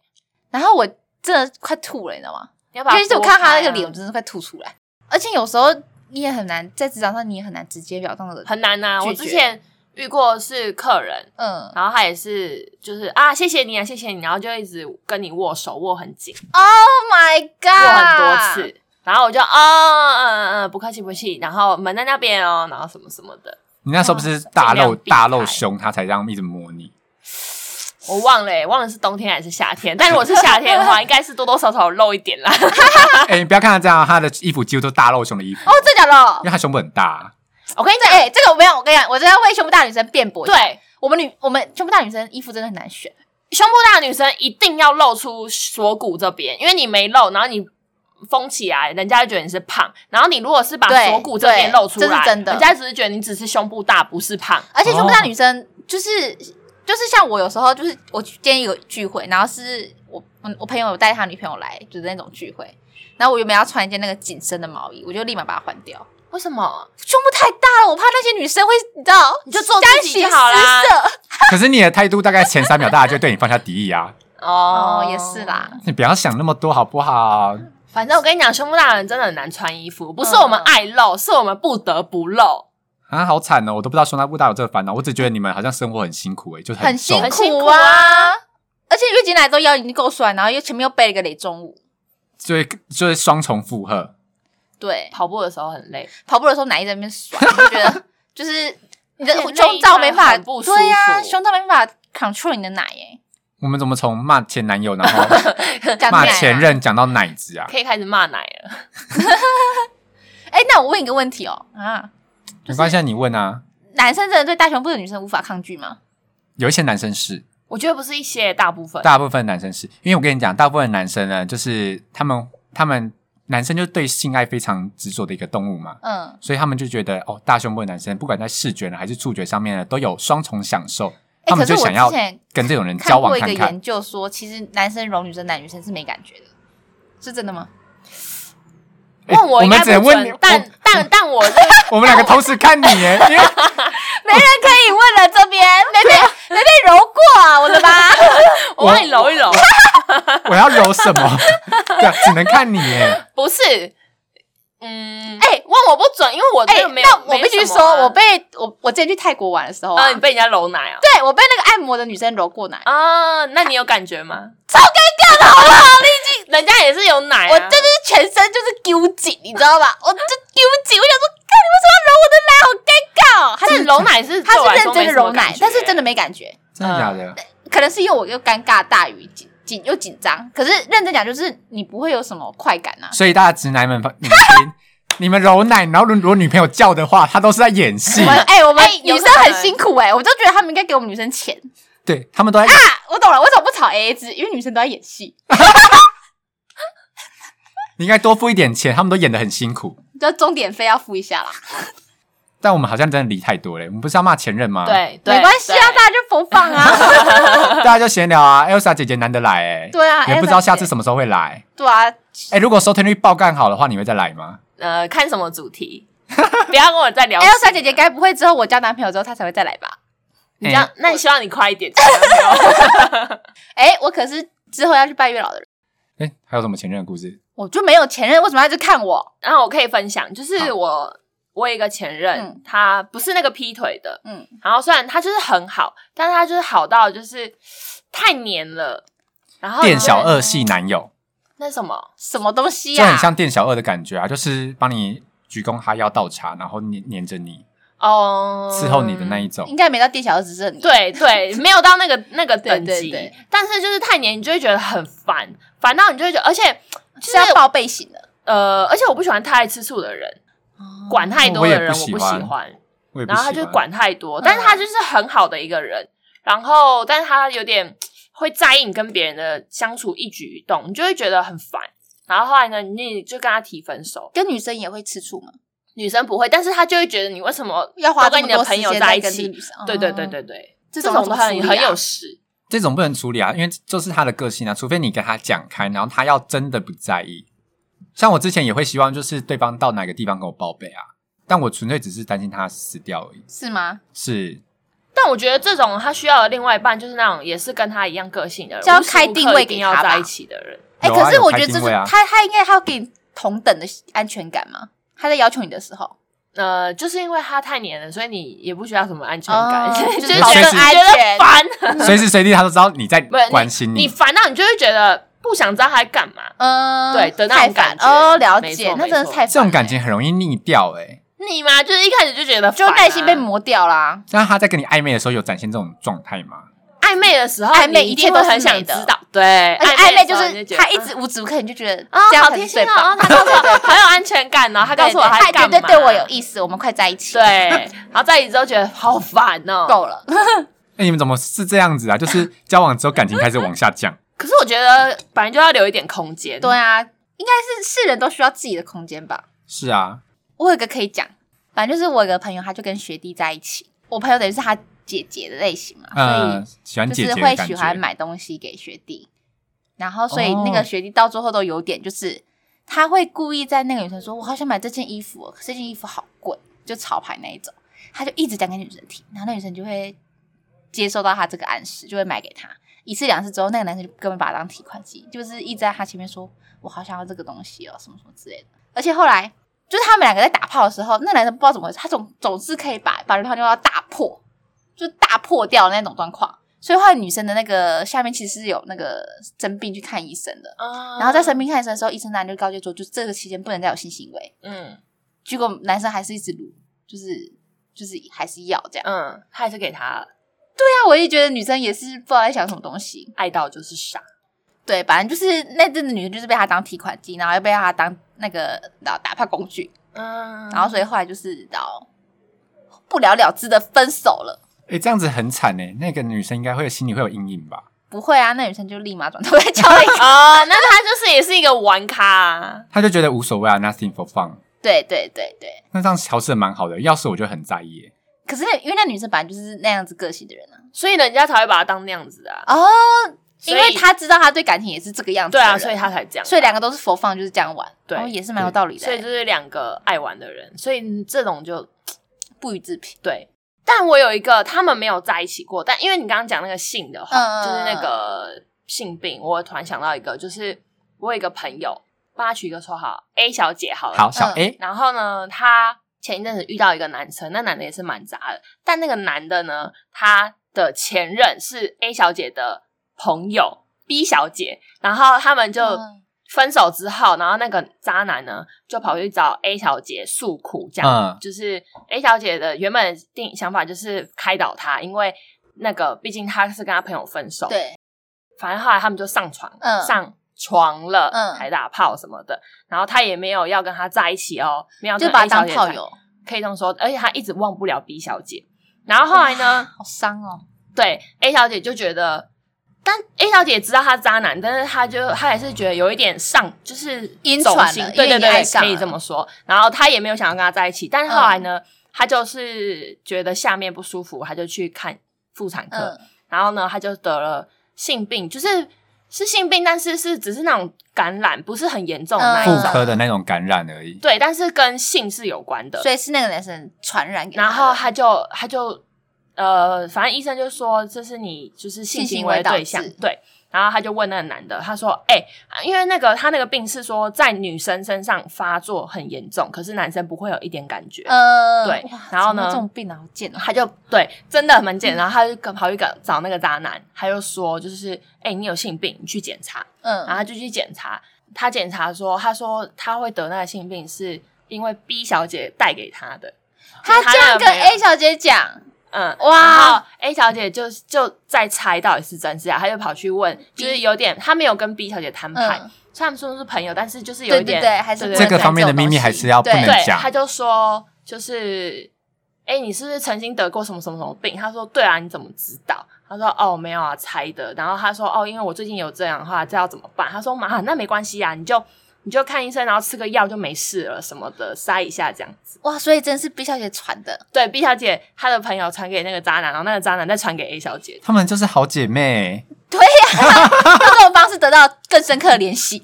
[SPEAKER 1] 然后我真的快吐了，你知道吗？
[SPEAKER 3] 你要把它
[SPEAKER 1] 尤其是我看到他那个脸，
[SPEAKER 3] 拨
[SPEAKER 1] 我
[SPEAKER 3] 开啊，
[SPEAKER 1] 真的快吐出来。而且有时候你也很难在职场上，你也很难直截了当的，
[SPEAKER 3] 很难呐、
[SPEAKER 1] 拒绝
[SPEAKER 3] 我之前遇过是客人，
[SPEAKER 1] 嗯，
[SPEAKER 3] 然后他也是就是啊，谢谢你啊，谢谢你，然后就一直跟你握手，握很紧，
[SPEAKER 1] Oh my
[SPEAKER 3] 握
[SPEAKER 1] god！
[SPEAKER 3] 很多次。然后我就哦，嗯嗯嗯，不客气不客气。然后门在那边哦，然后什么什么的，
[SPEAKER 2] 你那时候不是大露
[SPEAKER 3] 尽量避开
[SPEAKER 2] 大露胸，他才这样一直摸你。
[SPEAKER 3] 我忘了、欸，忘了是冬天还是夏天。但如果是夏天的
[SPEAKER 1] *laughs*
[SPEAKER 3] 话，应该是多多少少有露一点啦。
[SPEAKER 2] 哎、你不要看他这样，他的衣服几乎都大露胸的衣服，
[SPEAKER 1] 啊哦，真的假的
[SPEAKER 2] 因？为他胸部很大、啊。
[SPEAKER 3] 我跟你
[SPEAKER 1] 对，
[SPEAKER 3] 讲，
[SPEAKER 1] 哎、这个我没有，我跟你讲，我真的要为胸部大的女生辩驳。，
[SPEAKER 3] 对，
[SPEAKER 1] 我们女我们胸部大的女生衣服真的很难选。
[SPEAKER 3] 胸部大的女生一定要露出锁骨这边，因为你没露，然后你封起来，人家就觉得你是胖。然后你如果是把
[SPEAKER 1] 对
[SPEAKER 3] 锁骨这边
[SPEAKER 1] 对
[SPEAKER 3] 露出来，
[SPEAKER 1] 这是真的
[SPEAKER 3] 人家只是觉得你只是胸部大，不是胖。
[SPEAKER 1] 而且胸部大
[SPEAKER 2] 哦
[SPEAKER 1] 女生就是、就是像我有时候就是我今天有聚会，然后是我我我朋友有带他女朋友来，就是那种聚会，然后我原本要穿一件那个紧身的毛衣，我就立马把它换掉，
[SPEAKER 3] 为什么？
[SPEAKER 1] 胸部太大了，我怕那些女生会你知道，
[SPEAKER 3] 你就做自己就好啦
[SPEAKER 1] 相形失色。
[SPEAKER 2] 可是你的态度大概前三秒，大家就对你放下敌意啊！
[SPEAKER 1] 哦，也是。啦，
[SPEAKER 2] 你不要想那么多好不好？
[SPEAKER 3] 反正我跟你讲，胸部大的人真的很难穿衣服，不是我们爱露，是我们不得不露。
[SPEAKER 2] 啊，好惨哦！我都不知道胸大部大有这个烦恼，我只觉得你们好像生活很辛苦哎、就是
[SPEAKER 1] 很辛
[SPEAKER 2] 重。
[SPEAKER 3] 很辛
[SPEAKER 1] 苦
[SPEAKER 3] 苦
[SPEAKER 1] 啊
[SPEAKER 3] 啊。
[SPEAKER 1] 而且月经来之后腰已经够酸，然后又前面又背了一个累重物，
[SPEAKER 2] 就是就是双重负荷。
[SPEAKER 1] 对，
[SPEAKER 3] 跑步的时候很累，
[SPEAKER 1] 跑步的时候奶一直在那边甩，就觉 *laughs* 得就是你的
[SPEAKER 3] 而且内
[SPEAKER 1] 胸罩没
[SPEAKER 3] 衣
[SPEAKER 1] 法
[SPEAKER 3] 很不舒服
[SPEAKER 1] 对呀、胸罩没办法 control 你的奶耶、
[SPEAKER 2] 我们怎么从骂前男友，然
[SPEAKER 1] *laughs*
[SPEAKER 2] 后
[SPEAKER 1] 讲
[SPEAKER 2] 骂
[SPEAKER 1] 奶啊
[SPEAKER 2] 前任讲到奶子啊？
[SPEAKER 3] 可以开始骂奶了。
[SPEAKER 1] 哎、那我问一个问题哦，啊，
[SPEAKER 2] 没关系，你问啊。
[SPEAKER 1] 男生真的对大胸部的女生无法抗拒吗？
[SPEAKER 2] 有一些男生是，
[SPEAKER 3] 我觉得不是一些，大部分
[SPEAKER 2] 大部分男生是因为我跟你讲，大部分男生呢，就是他们他们男生就对性爱非常执着的一个动物嘛，
[SPEAKER 1] 嗯，
[SPEAKER 2] 所以他们就觉得哦，大胸部的男生不管在视觉呢还是触觉上面呢，都有双重享受，
[SPEAKER 1] 哎、
[SPEAKER 2] 他
[SPEAKER 1] 可
[SPEAKER 2] 们
[SPEAKER 1] 是
[SPEAKER 2] 就
[SPEAKER 1] 我
[SPEAKER 2] 想要
[SPEAKER 1] 之前
[SPEAKER 2] 跟这种人交
[SPEAKER 1] 看
[SPEAKER 2] 往
[SPEAKER 1] 过一个
[SPEAKER 2] 看看。
[SPEAKER 1] 研究说，其实男生揉女生，男女生是没感觉的，是真的吗？
[SPEAKER 2] 哎
[SPEAKER 3] 问我应
[SPEAKER 2] 们
[SPEAKER 3] 该
[SPEAKER 2] 只能
[SPEAKER 3] 不
[SPEAKER 2] 问你
[SPEAKER 3] 准，，但但但我
[SPEAKER 2] *laughs*
[SPEAKER 3] 是
[SPEAKER 2] 我我们两个同
[SPEAKER 1] *laughs*
[SPEAKER 2] 时看你耶，因
[SPEAKER 1] 没
[SPEAKER 2] 为
[SPEAKER 1] 人可以问了，这边 *laughs* 没被没被揉过啊，我的妈！
[SPEAKER 3] 我帮你揉一揉，
[SPEAKER 2] 我要揉什么？对啊，只能看你耶。
[SPEAKER 3] 不是，嗯，
[SPEAKER 1] 哎
[SPEAKER 3] 问我不准，因为我
[SPEAKER 1] 哎、
[SPEAKER 3] 这个没有，
[SPEAKER 1] 那我
[SPEAKER 3] 没
[SPEAKER 1] 必须
[SPEAKER 3] 什
[SPEAKER 1] 说，
[SPEAKER 3] 么啊
[SPEAKER 1] 我被我我之前去泰国玩的时候啊，
[SPEAKER 3] 啊，你被人家揉奶啊，
[SPEAKER 1] 对我被那个按摩的女生揉过奶，
[SPEAKER 3] 啊，那你有感觉吗？
[SPEAKER 1] 超尴尬的，好不
[SPEAKER 3] *laughs*
[SPEAKER 1] 好？
[SPEAKER 3] 人家也是有奶啊，
[SPEAKER 1] 我真的是全身就是揪紧，你知道吧？我就揪紧，我想说，看你为什么要揉我的奶，好尴尬、哦。他
[SPEAKER 3] 这
[SPEAKER 1] 是
[SPEAKER 3] 揉奶是
[SPEAKER 1] 他是认真的揉奶，但是真
[SPEAKER 3] 的
[SPEAKER 1] 的没感觉，
[SPEAKER 2] 真的假的？
[SPEAKER 1] 可能是因为我又尴尬大于紧紧又紧张。可是认真讲，就是你不会有什么快感啊。
[SPEAKER 2] 所以大家直男们，你们听你们揉奶，然后如果女朋友叫的话，她都是在演戏
[SPEAKER 1] 我，们哎、我们
[SPEAKER 3] 哎
[SPEAKER 1] 女
[SPEAKER 3] 有
[SPEAKER 1] 生
[SPEAKER 3] 可
[SPEAKER 1] 很
[SPEAKER 3] 能
[SPEAKER 1] 辛苦哎、我就觉得他们应该给我们女生钱。
[SPEAKER 2] 对他们都在
[SPEAKER 1] 啊，我懂了，为什么不炒 AA 制？因为女生都在演戏，
[SPEAKER 2] 你应该多付一点钱，他们都演得很辛苦。
[SPEAKER 1] 就钟点费要付一下啦。
[SPEAKER 2] 但我们好像真的离太多了，我们不是要骂前任吗？，
[SPEAKER 3] 对，对
[SPEAKER 1] 没关系啊，
[SPEAKER 3] 对
[SPEAKER 1] 大家就播放啊。*laughs*
[SPEAKER 2] *laughs* 大家就闲聊啊。Elsa 姐姐难得来、欸，
[SPEAKER 1] 对啊
[SPEAKER 2] 也不知道下次
[SPEAKER 1] Elsa
[SPEAKER 2] 什么时候会来。
[SPEAKER 1] 对啊，
[SPEAKER 2] 哎、如果收听率爆干好的话，你会再来吗？
[SPEAKER 3] 呃，看什么主 *laughs* 题，不要跟我再聊
[SPEAKER 1] 哎
[SPEAKER 3] 性。
[SPEAKER 1] ，L 三姐姐该不会之后我交男朋友之后她才会再来吧？
[SPEAKER 3] 你这样
[SPEAKER 2] 哎，
[SPEAKER 3] 那你希望你
[SPEAKER 1] *laughs*
[SPEAKER 3] 快一点，这样没有
[SPEAKER 1] 哎，我可是之后要去拜月老的人，
[SPEAKER 2] 哎、还有什么前任的故事？
[SPEAKER 1] 我就没有前任，为什么要一直看我？
[SPEAKER 3] 然后我可以分享，就是
[SPEAKER 2] 好
[SPEAKER 3] 我我有一个前任，
[SPEAKER 1] 嗯
[SPEAKER 3] 他不是那个劈腿的，
[SPEAKER 1] 嗯，
[SPEAKER 3] 然后虽然他就是很好，但是他就是好到就是太黏了，然后
[SPEAKER 2] 店小
[SPEAKER 3] 就是
[SPEAKER 2] 二系男友，
[SPEAKER 3] 那什么，
[SPEAKER 1] 什么东西啊
[SPEAKER 2] 就
[SPEAKER 1] 呀、
[SPEAKER 2] 很像店小二的感觉啊，就是帮你鞠躬哈腰倒茶，然后黏黏着你，
[SPEAKER 3] 哦，
[SPEAKER 2] 伺候你的那一种。
[SPEAKER 3] 嗯
[SPEAKER 1] 应该没到店小二只剩你。，
[SPEAKER 3] 对对，没有到那个那个等级，
[SPEAKER 1] *laughs* 对对对
[SPEAKER 3] 但是就是太黏，你就会觉得很烦，烦到你就会觉得，而且就是
[SPEAKER 1] 要报备型的。
[SPEAKER 3] 呃，而且我不喜欢太爱吃醋的人，管太多的人
[SPEAKER 2] 嗯我也
[SPEAKER 3] 我
[SPEAKER 2] 不喜
[SPEAKER 3] 不
[SPEAKER 2] 欢
[SPEAKER 3] 喜欢，
[SPEAKER 2] 我也不喜
[SPEAKER 3] 然后
[SPEAKER 2] 欢
[SPEAKER 3] 他就，管太多，
[SPEAKER 1] 嗯
[SPEAKER 3] 但是他就是很好的一个人，然后但是他有点会在意你跟别人的相处一举一动，你就会觉得很烦。然后后来呢，你就跟他提分手，
[SPEAKER 1] 跟女生也会吃醋吗？
[SPEAKER 3] 女生不会，但是他就会觉得你为什么
[SPEAKER 1] 要花
[SPEAKER 3] 都
[SPEAKER 1] 这
[SPEAKER 3] 跟
[SPEAKER 1] 么
[SPEAKER 3] 你的
[SPEAKER 1] 多
[SPEAKER 3] 朋
[SPEAKER 1] 时
[SPEAKER 3] 友
[SPEAKER 1] 间
[SPEAKER 3] 在
[SPEAKER 1] 在
[SPEAKER 3] 一
[SPEAKER 1] 跟这个
[SPEAKER 3] 起
[SPEAKER 1] 女？生？
[SPEAKER 3] 对对对
[SPEAKER 1] 哦，
[SPEAKER 3] 对对，
[SPEAKER 1] 这
[SPEAKER 3] 种
[SPEAKER 1] 种
[SPEAKER 3] 都很
[SPEAKER 1] 怎么处理啊
[SPEAKER 3] 很有实，
[SPEAKER 2] 这种不能处理啊，因为就是他的个性啊，除非你跟他讲开，然后他要真的不在意。像我之前也会希望，就是对方到哪个地方跟我报备啊，但我纯粹只是担心他死掉而已。
[SPEAKER 1] 是吗？
[SPEAKER 2] 是，
[SPEAKER 3] 但我觉得这种他需要的另外一半就是那种也是跟他一样个性的人，
[SPEAKER 1] 就要
[SPEAKER 3] 无时
[SPEAKER 1] 开
[SPEAKER 3] 无刻
[SPEAKER 1] 定位
[SPEAKER 3] 一定
[SPEAKER 1] 给
[SPEAKER 3] 要
[SPEAKER 1] 他吧
[SPEAKER 3] 在一起的人。
[SPEAKER 1] 哎、
[SPEAKER 2] 有啊
[SPEAKER 1] 可是我觉得
[SPEAKER 2] 有开
[SPEAKER 1] 这
[SPEAKER 2] 定
[SPEAKER 1] 是、
[SPEAKER 2] 位啊
[SPEAKER 1] 他，他应该要给你同等的安全感吗？他在要求你的时候，
[SPEAKER 3] 呃，就是因为他太黏了，所以你也不需要什么安全感， *laughs*
[SPEAKER 1] 哦
[SPEAKER 3] 就是
[SPEAKER 1] 就是
[SPEAKER 2] 老
[SPEAKER 3] 觉
[SPEAKER 2] 公
[SPEAKER 3] 得
[SPEAKER 1] 安
[SPEAKER 3] 觉得
[SPEAKER 1] 全
[SPEAKER 3] 烦，
[SPEAKER 2] 随时随地他都知道你在
[SPEAKER 3] 不是你
[SPEAKER 2] 关心
[SPEAKER 3] 你烦到你就会觉得不想知道他在干嘛，
[SPEAKER 1] 嗯，
[SPEAKER 3] 呃对的那
[SPEAKER 1] 太
[SPEAKER 3] 种感
[SPEAKER 1] 烦
[SPEAKER 3] 觉
[SPEAKER 1] 哦，了
[SPEAKER 3] 没
[SPEAKER 1] 解
[SPEAKER 3] 错，
[SPEAKER 1] 那
[SPEAKER 3] 没
[SPEAKER 1] 真的
[SPEAKER 3] 错
[SPEAKER 1] 太烦
[SPEAKER 2] 这种感
[SPEAKER 1] 了
[SPEAKER 2] 情很容易腻掉哎、欸。
[SPEAKER 3] 你嘛就是一开始就觉得烦
[SPEAKER 1] 就
[SPEAKER 3] 啊、
[SPEAKER 1] 耐心被磨掉啦。
[SPEAKER 2] 那他在跟你暧昧的时候有展现这种状态吗？
[SPEAKER 3] 暧昧的时候，
[SPEAKER 1] 暧昧
[SPEAKER 3] 你一
[SPEAKER 1] 一
[SPEAKER 3] 定
[SPEAKER 1] 切
[SPEAKER 3] 会
[SPEAKER 1] 都是
[SPEAKER 3] 很想
[SPEAKER 1] 美的
[SPEAKER 3] 知道，对，
[SPEAKER 1] 而且暧昧
[SPEAKER 3] 的
[SPEAKER 1] 就
[SPEAKER 3] 时候你
[SPEAKER 1] 是
[SPEAKER 3] 觉得
[SPEAKER 1] 他一
[SPEAKER 3] 嗯
[SPEAKER 1] 直无时无刻你就觉得
[SPEAKER 3] 啊、
[SPEAKER 1] 这样
[SPEAKER 3] 好
[SPEAKER 1] 才
[SPEAKER 3] 贴
[SPEAKER 1] 是
[SPEAKER 3] 心
[SPEAKER 1] 最
[SPEAKER 3] 哦，
[SPEAKER 1] 棒
[SPEAKER 3] 哦。他 *laughs* 告诉我很有安全感哦，他告诉我
[SPEAKER 1] 对对
[SPEAKER 3] 在
[SPEAKER 1] 他
[SPEAKER 3] 干
[SPEAKER 1] 绝
[SPEAKER 3] 嘛，
[SPEAKER 1] 对对我有意思，我们快在一起，
[SPEAKER 3] 对，，啊然后在一起之后觉得好烦哦，
[SPEAKER 1] 够了。
[SPEAKER 2] 哎、你们怎么是这样子啊？就是交往之后感情开始往下降，
[SPEAKER 3] 可是我觉得本来就要留一点空间，
[SPEAKER 1] 对啊，应该是是人都需要自己的空间吧。
[SPEAKER 2] 是啊，
[SPEAKER 1] 我有一个可以讲，反正就是我有个朋友，他就跟学弟在一起，我朋友等于是他姐姐的类型嘛，
[SPEAKER 2] 呃，喜欢
[SPEAKER 1] 啊所以
[SPEAKER 2] 姐
[SPEAKER 1] 就是
[SPEAKER 2] 姐的
[SPEAKER 1] 会
[SPEAKER 2] 感
[SPEAKER 1] 喜
[SPEAKER 2] 觉，
[SPEAKER 1] 欢买东西给学弟，然后所以
[SPEAKER 2] 哦
[SPEAKER 1] 那个学弟到最后都有点就是。他会故意在那个女生说：“我好想买这件衣服、哦，可是这件衣服好贵，就潮牌那一种。”他就一直讲给女生听，然后那女生就会接受到他这个暗示，就会买给他一次两次之后，那个男生就根本把他当提款机，就是一直在他前面说“我好想要这个东西哦”什么什么之类的。而且后来就是他们两个在打炮的时候，那男生不知道怎么回事，他总总是可以把把对方就要打破，就大破掉的那种状况。所以后来女生的那个下面其实是有那个生病去看医生的，
[SPEAKER 3] 嗯，
[SPEAKER 1] 然后在生病看医生的时候，医生当然就告诫说，就这个期间不能再有性行为。
[SPEAKER 3] 嗯
[SPEAKER 1] 结果男生还是一直撸，就是就是还是要这样。
[SPEAKER 3] 嗯，他也是给他
[SPEAKER 1] 那我也觉得女生也是不知道在想什么东西。
[SPEAKER 3] 爱到就是傻，
[SPEAKER 1] 对，反正就是那阵子女生就是被他当提款机，然后又被他当那个打打炮工具，
[SPEAKER 3] 嗯，
[SPEAKER 1] 然后所以后来就是到不了了之的分手了。
[SPEAKER 2] 哎、哎、这样子很惨哎、那个女生应该会心里会有阴影吧？
[SPEAKER 1] 不会啊，那女生就立马转头来敲了一个。
[SPEAKER 3] 哦， *laughs* 那他就是也是一个玩咖、啊，
[SPEAKER 2] 她就觉得无所谓啊，nothing for fun。
[SPEAKER 1] 对对对对，
[SPEAKER 2] 那这样调试的蛮好的，要是我就很在意、欸。
[SPEAKER 1] 可是那因为那女生本来就是那样子个性的人啊。
[SPEAKER 3] 所以人家才会把他当那样子啊。
[SPEAKER 1] 哦，因
[SPEAKER 3] 所
[SPEAKER 1] 为
[SPEAKER 3] 以
[SPEAKER 1] 他知道他对感情也是这个样子
[SPEAKER 3] 对
[SPEAKER 1] 的人。
[SPEAKER 3] 啊，所以他才这样。
[SPEAKER 1] 所以两个都是佛放，就是这样玩，
[SPEAKER 3] 对
[SPEAKER 1] 哦也是蛮有道理的
[SPEAKER 3] 所以
[SPEAKER 1] 欸，
[SPEAKER 3] 就是两个爱玩的人，所以这种就
[SPEAKER 1] 不予置评。
[SPEAKER 3] 对。但我有一个，他们没有在一起过，但因为你刚刚讲那个性的话，
[SPEAKER 1] 嗯
[SPEAKER 3] 就是那个性病，我突然想到一个，就是我有一个朋友，帮他取一个绰号 A 小姐好了。
[SPEAKER 2] 好，小
[SPEAKER 1] 嗯
[SPEAKER 2] A，、
[SPEAKER 3] 然后呢，她前一阵子遇到一个男生，那男的也是蛮渣的，但那个男的呢，他的前任是 A 小姐的朋友 B 小姐，然后他们就
[SPEAKER 1] 嗯
[SPEAKER 3] 分手之后，然后那个渣男呢就跑去找 A 小姐诉苦，这样、
[SPEAKER 2] 嗯
[SPEAKER 3] 就是 A 小姐的原本的定想法就是开导他，因为那个毕竟他是跟他朋友分手，
[SPEAKER 1] 对，
[SPEAKER 3] 反正后来他们就上床，
[SPEAKER 1] 嗯
[SPEAKER 3] 上床了，
[SPEAKER 1] 嗯
[SPEAKER 3] 还打炮什么的，然后他也没有要跟他在一起哦，没有
[SPEAKER 1] 就
[SPEAKER 3] 跟
[SPEAKER 1] 把他
[SPEAKER 3] A 小
[SPEAKER 1] 当
[SPEAKER 3] 姐
[SPEAKER 1] 炮
[SPEAKER 3] 在
[SPEAKER 1] 友，
[SPEAKER 3] 可以这么说，而且他一直忘不了 B 小姐，然后后
[SPEAKER 1] *laughs*
[SPEAKER 3] 来呢，
[SPEAKER 1] 好伤哦。
[SPEAKER 3] 对 A 小姐就觉得。但 A 小姐也知道他渣男，但是她就她还是觉得有一点上，就是
[SPEAKER 1] 晕
[SPEAKER 3] 走
[SPEAKER 1] 船
[SPEAKER 3] 心
[SPEAKER 1] 了
[SPEAKER 3] 对
[SPEAKER 1] 因为
[SPEAKER 3] 对
[SPEAKER 1] 你爱
[SPEAKER 3] 对，
[SPEAKER 1] 上
[SPEAKER 3] 可以
[SPEAKER 1] 了嗯
[SPEAKER 3] 这么说。然后她也没有想要跟他在一起，但是后来呢，她就是觉得下面不舒服，她就去看妇产科。
[SPEAKER 1] 嗯，
[SPEAKER 3] 然后呢，他就得了性病，就是是性病，但是是只是那种感染，不是很严重的那一
[SPEAKER 2] 妇
[SPEAKER 3] 种。
[SPEAKER 1] 嗯
[SPEAKER 2] 科的那种感染而已。
[SPEAKER 3] 对，但是跟性是有关的。
[SPEAKER 1] 所以是那个男生传染给他的，
[SPEAKER 3] 然后他就他就呃，反正医生就说这是你就是
[SPEAKER 1] 性
[SPEAKER 3] 性
[SPEAKER 1] 行
[SPEAKER 3] 行为
[SPEAKER 1] 为
[SPEAKER 3] 的
[SPEAKER 1] 导
[SPEAKER 3] 对象
[SPEAKER 1] 致，
[SPEAKER 3] 对。然后他就问那个男的，他说：“哎、因为那个他那个病是说在女生身上发作很严重，可是男生不会有一点感觉。
[SPEAKER 1] 呃，
[SPEAKER 3] 对
[SPEAKER 1] 哇
[SPEAKER 3] 然后
[SPEAKER 1] 怎么
[SPEAKER 3] 呢
[SPEAKER 1] 这种病啊好贱哦，
[SPEAKER 3] 他就对，真的很
[SPEAKER 1] 嗯
[SPEAKER 3] 贱。然后他就跑去找那个渣男，他就说，就是哎、你有性病，你去检查。
[SPEAKER 1] 嗯，
[SPEAKER 3] 然后他就去检查，他检查说，他说他会得那个性病是因为 B 小姐带给他的，
[SPEAKER 1] 他这样跟
[SPEAKER 3] 他那个没有
[SPEAKER 1] A 小姐讲，
[SPEAKER 3] 嗯，
[SPEAKER 1] 哇
[SPEAKER 3] 然后 A 小姐就就在猜到底是真是假，她就跑去问，就是有点她没有跟 B 小姐摊牌，
[SPEAKER 1] 嗯，
[SPEAKER 3] 虽然说是朋友，但是就是有
[SPEAKER 1] 对
[SPEAKER 3] 一
[SPEAKER 1] 对
[SPEAKER 3] 点
[SPEAKER 1] 对，还是
[SPEAKER 3] 对
[SPEAKER 1] 不
[SPEAKER 3] 对
[SPEAKER 1] 能
[SPEAKER 2] 这个
[SPEAKER 1] 讲
[SPEAKER 2] 方面的
[SPEAKER 1] 种东
[SPEAKER 2] 秘密
[SPEAKER 1] 西
[SPEAKER 2] 还是要不
[SPEAKER 1] 对
[SPEAKER 2] 能
[SPEAKER 3] 对，
[SPEAKER 2] 讲
[SPEAKER 3] 他就说就是，哎、你是不是曾经得过什么什么什么病？他说对啊，你怎么知道？他说哦，没有啊，猜的。然后他说哦，因为我最近有这样的话，这要怎么办？他说妈，那没关系啊，你就你就看医生，然后吃个药就没事了什么的，塞一下这样子。
[SPEAKER 1] 哇，所以真是 B 小姐传的，
[SPEAKER 3] 对，B 小姐她的朋友传给那个渣男，然后那个渣男再传给 A 小姐。
[SPEAKER 2] 她们就是好姐妹，
[SPEAKER 1] *laughs* 用这种方式得到更深刻的联系，